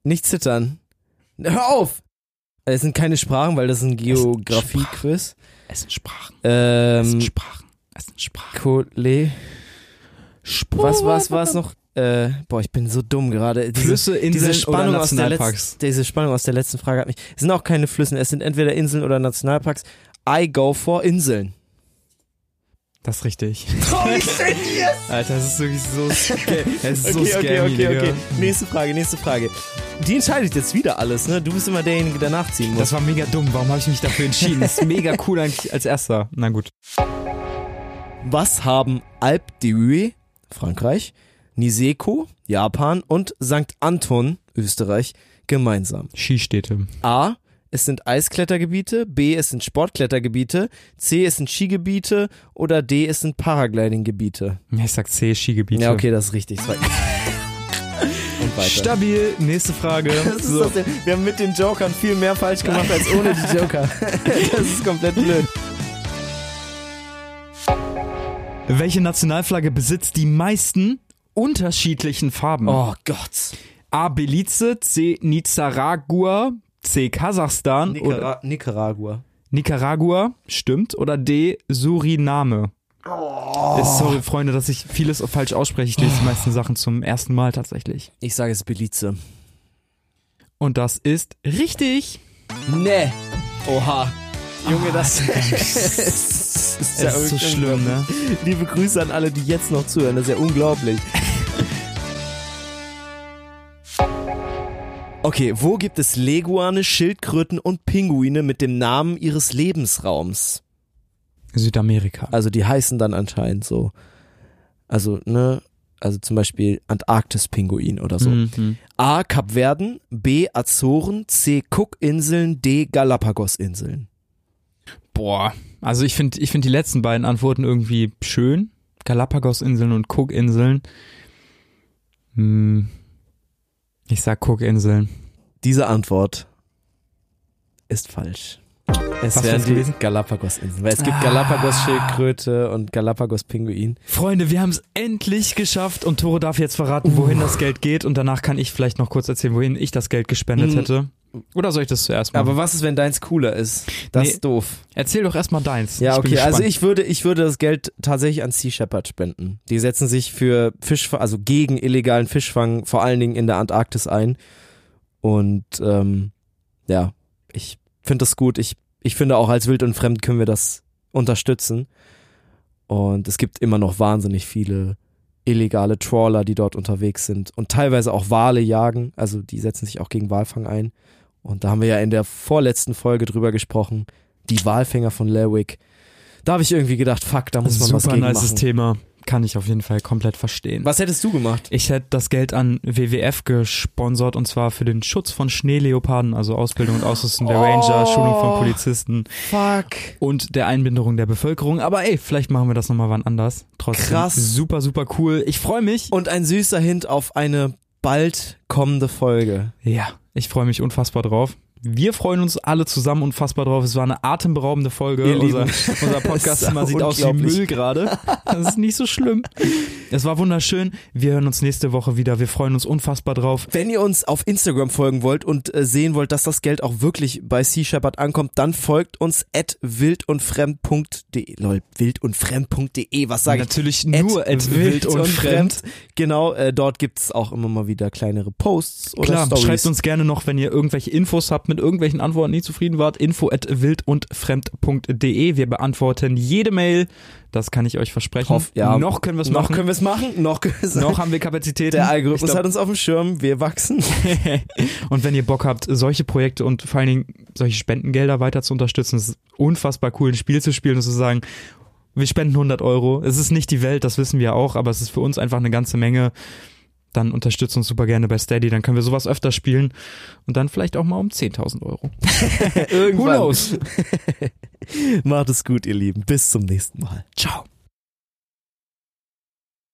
[SPEAKER 2] Nicht zittern. Hör auf! Es sind keine Sprachen, weil das ist ein Geografie-Quiz.
[SPEAKER 4] Es sind Sprachen. Es
[SPEAKER 2] Ähm,
[SPEAKER 4] sind Sprachen. Es sind Sprachen.
[SPEAKER 2] Kole.
[SPEAKER 4] Sprachen.
[SPEAKER 2] Was, was, was noch? Äh, boah, ich bin so dumm gerade. Diese,
[SPEAKER 4] Flüsse, Inseln
[SPEAKER 2] diese Spannung
[SPEAKER 4] oder
[SPEAKER 2] aus der
[SPEAKER 4] Nationalparks.
[SPEAKER 2] letzten, diese Spannung aus der letzten Frage hat mich. Es sind auch keine Flüsse, es sind entweder Inseln oder Nationalparks. I go for Inseln.
[SPEAKER 4] Das ist richtig. <laughs> Alter, das ist wirklich so, sca- es ist so
[SPEAKER 2] okay,
[SPEAKER 4] scary,
[SPEAKER 2] okay, okay,
[SPEAKER 4] Digga.
[SPEAKER 2] okay. Nächste Frage, nächste Frage. Die entscheidet jetzt wieder alles, ne? Du bist immer derjenige, der nachziehen muss.
[SPEAKER 4] Das war mega dumm. Warum habe ich mich dafür entschieden? Das ist mega cool eigentlich als erster. Na gut.
[SPEAKER 2] Was haben Alpe d'Huez, Frankreich, Niseko, Japan und St. Anton, Österreich, gemeinsam?
[SPEAKER 4] Skistädte.
[SPEAKER 2] A. Es sind Eisklettergebiete, B. Es sind Sportklettergebiete, C. Es sind Skigebiete oder D. Es sind Paraglidinggebiete.
[SPEAKER 4] Ja, ich sag C, Skigebiete.
[SPEAKER 2] Ja, okay, das ist richtig. Das war- Und weiter.
[SPEAKER 4] Stabil. Nächste Frage.
[SPEAKER 2] <laughs> Was ist <laughs>
[SPEAKER 4] So.
[SPEAKER 2] das denn? Wir haben mit den Jokern viel mehr falsch gemacht als ohne die <laughs> Joker. Das ist komplett blöd.
[SPEAKER 4] Welche Nationalflagge besitzt die meisten unterschiedlichen Farben?
[SPEAKER 2] Oh Gott.
[SPEAKER 4] A. Belize, C. Nicaragua, C. Kasachstan oder
[SPEAKER 2] Nicaragua.
[SPEAKER 4] Nicaragua, stimmt, oder D. Suriname. Äh, Sorry, Freunde, dass ich vieles falsch ausspreche. Ich lese die meisten Sachen zum ersten Mal tatsächlich.
[SPEAKER 2] Ich sage es Belize.
[SPEAKER 4] Und das ist richtig.
[SPEAKER 2] Nee. Oha. Junge, <laughs> das
[SPEAKER 4] Es
[SPEAKER 2] Ah, ist,
[SPEAKER 4] Es ist so schlimm, ne?
[SPEAKER 2] Liebe Grüße an alle, die jetzt noch zuhören. Das ist ja unglaublich. Okay, wo gibt es Leguane, Schildkröten und Pinguine mit dem Namen ihres Lebensraums?
[SPEAKER 4] Südamerika.
[SPEAKER 2] Also die heißen dann anscheinend so. Also, ne? Also zum Beispiel Antarktis-Pinguin oder so.
[SPEAKER 4] Mhm.
[SPEAKER 2] A. Kapverden, B. Azoren, C. Cookinseln, D. Galapagosinseln.
[SPEAKER 4] Boah. Also ich finde ich find die letzten beiden Antworten irgendwie schön. Galapagosinseln und Cookinseln. Hm. Ich sag Cookinseln.
[SPEAKER 2] Diese Antwort ist falsch. Es
[SPEAKER 4] Was
[SPEAKER 2] wären
[SPEAKER 4] wär's
[SPEAKER 2] die
[SPEAKER 4] gewesen?
[SPEAKER 2] Galapagosinseln. Weil es gibt
[SPEAKER 4] Ah.
[SPEAKER 2] Galapagos-Schildkröte und Galapagos-Pinguin.
[SPEAKER 4] Freunde, wir haben es endlich geschafft und Tore darf jetzt verraten, wohin das Geld geht und danach kann ich vielleicht noch kurz erzählen, wohin ich das Geld gespendet
[SPEAKER 2] Mhm.
[SPEAKER 4] hätte. Oder soll ich das zuerst machen?
[SPEAKER 2] Aber was ist, wenn deins cooler ist? Das
[SPEAKER 4] Nee.
[SPEAKER 2] ist doof.
[SPEAKER 4] Erzähl doch erstmal deins.
[SPEAKER 2] Ja,
[SPEAKER 4] ich bin
[SPEAKER 2] okay. Also
[SPEAKER 4] gespannt.
[SPEAKER 2] ich würde, ich würde das Geld tatsächlich an Sea Shepherd spenden. Die setzen sich für Fisch, also gegen illegalen Fischfang, vor allen Dingen in der Antarktis ein. Und ähm, ja, ich finde das gut. Ich, ich finde auch als Wild und Fremd können wir das unterstützen. Und es gibt immer noch wahnsinnig viele illegale Trawler, die dort unterwegs sind und teilweise auch Wale jagen. Also die setzen sich auch gegen Walfang ein. Und da haben wir ja in der vorletzten Folge drüber gesprochen. Die Walfänger von Lerwick. Da habe ich irgendwie gedacht, fuck, da muss man was
[SPEAKER 4] Super
[SPEAKER 2] gegen
[SPEAKER 4] nices
[SPEAKER 2] machen.
[SPEAKER 4] Thema. Kann ich auf jeden Fall komplett verstehen.
[SPEAKER 2] Was hättest du gemacht?
[SPEAKER 4] Ich hätte das Geld an WWF gesponsert und zwar für den Schutz von Schneeleoparden, also Ausbildung und Ausrüstung der Ranger,
[SPEAKER 2] Oh.
[SPEAKER 4] Schulung von Polizisten
[SPEAKER 2] Fuck.
[SPEAKER 4] und der Einbinderung der Bevölkerung. Aber ey, vielleicht machen wir das nochmal wann anders. Trotzdem
[SPEAKER 2] Krass.
[SPEAKER 4] super, super cool. Ich freue mich.
[SPEAKER 2] Und ein süßer Hint auf eine bald kommende Folge.
[SPEAKER 4] Ja, ich freue mich unfassbar drauf. Wir freuen uns alle zusammen unfassbar drauf. Es war eine atemberaubende Folge.
[SPEAKER 2] Ihr Lieben.
[SPEAKER 4] unser
[SPEAKER 2] <laughs>
[SPEAKER 4] unser Podcastzimmer
[SPEAKER 2] Sau
[SPEAKER 4] sieht aus wie
[SPEAKER 2] unglaublich.
[SPEAKER 4] Müll gerade. Das ist nicht so schlimm. Es war wunderschön. Wir hören uns nächste Woche wieder. Wir freuen uns unfassbar drauf.
[SPEAKER 2] <laughs> Wenn ihr uns auf Instagram folgen wollt und äh, sehen wollt, dass das Geld auch wirklich bei Sea Shepherd ankommt, dann folgt uns at wildundfremd.de. Lol, wildundfremd.de, was sage ich?
[SPEAKER 4] Natürlich nur at wild und fremd.
[SPEAKER 2] Genau, äh, dort gibt es auch immer mal wieder kleinere Posts oder
[SPEAKER 4] Klar,
[SPEAKER 2] Stories.
[SPEAKER 4] schreibt uns gerne noch, wenn ihr irgendwelche Infos habt, mit irgendwelchen Antworten nicht zufrieden wart. Info at wildundfremd.de. Wir beantworten jede Mail. Das kann ich euch versprechen.
[SPEAKER 2] Hoff- ja.
[SPEAKER 4] Noch können wir es
[SPEAKER 2] noch
[SPEAKER 4] machen.
[SPEAKER 2] können wir es
[SPEAKER 4] <laughs>
[SPEAKER 2] machen, noch <laughs> können wir es
[SPEAKER 4] noch haben wir Kapazitäten.
[SPEAKER 2] Der
[SPEAKER 4] Ich
[SPEAKER 2] Algorithmus
[SPEAKER 4] glaub,
[SPEAKER 2] hat uns auf dem Schirm, wir wachsen.
[SPEAKER 4] und wenn ihr Bock habt, solche Projekte und vor allen Dingen solche Spendengelder weiter zu unterstützen, es ist unfassbar cool, ein Spiel zu spielen und zu sagen, wir spenden 100 Euro. Es ist nicht die Welt, das wissen wir auch, aber es ist für uns einfach eine ganze Menge. Dann unterstützt uns super gerne bei Steady, dann können wir sowas öfter spielen und dann vielleicht auch mal um 10.000 Euro.
[SPEAKER 2] Irgendwann.
[SPEAKER 4] knows?
[SPEAKER 2] <laughs> Macht es gut, ihr Lieben. Bis zum nächsten Mal.
[SPEAKER 4] Ciao.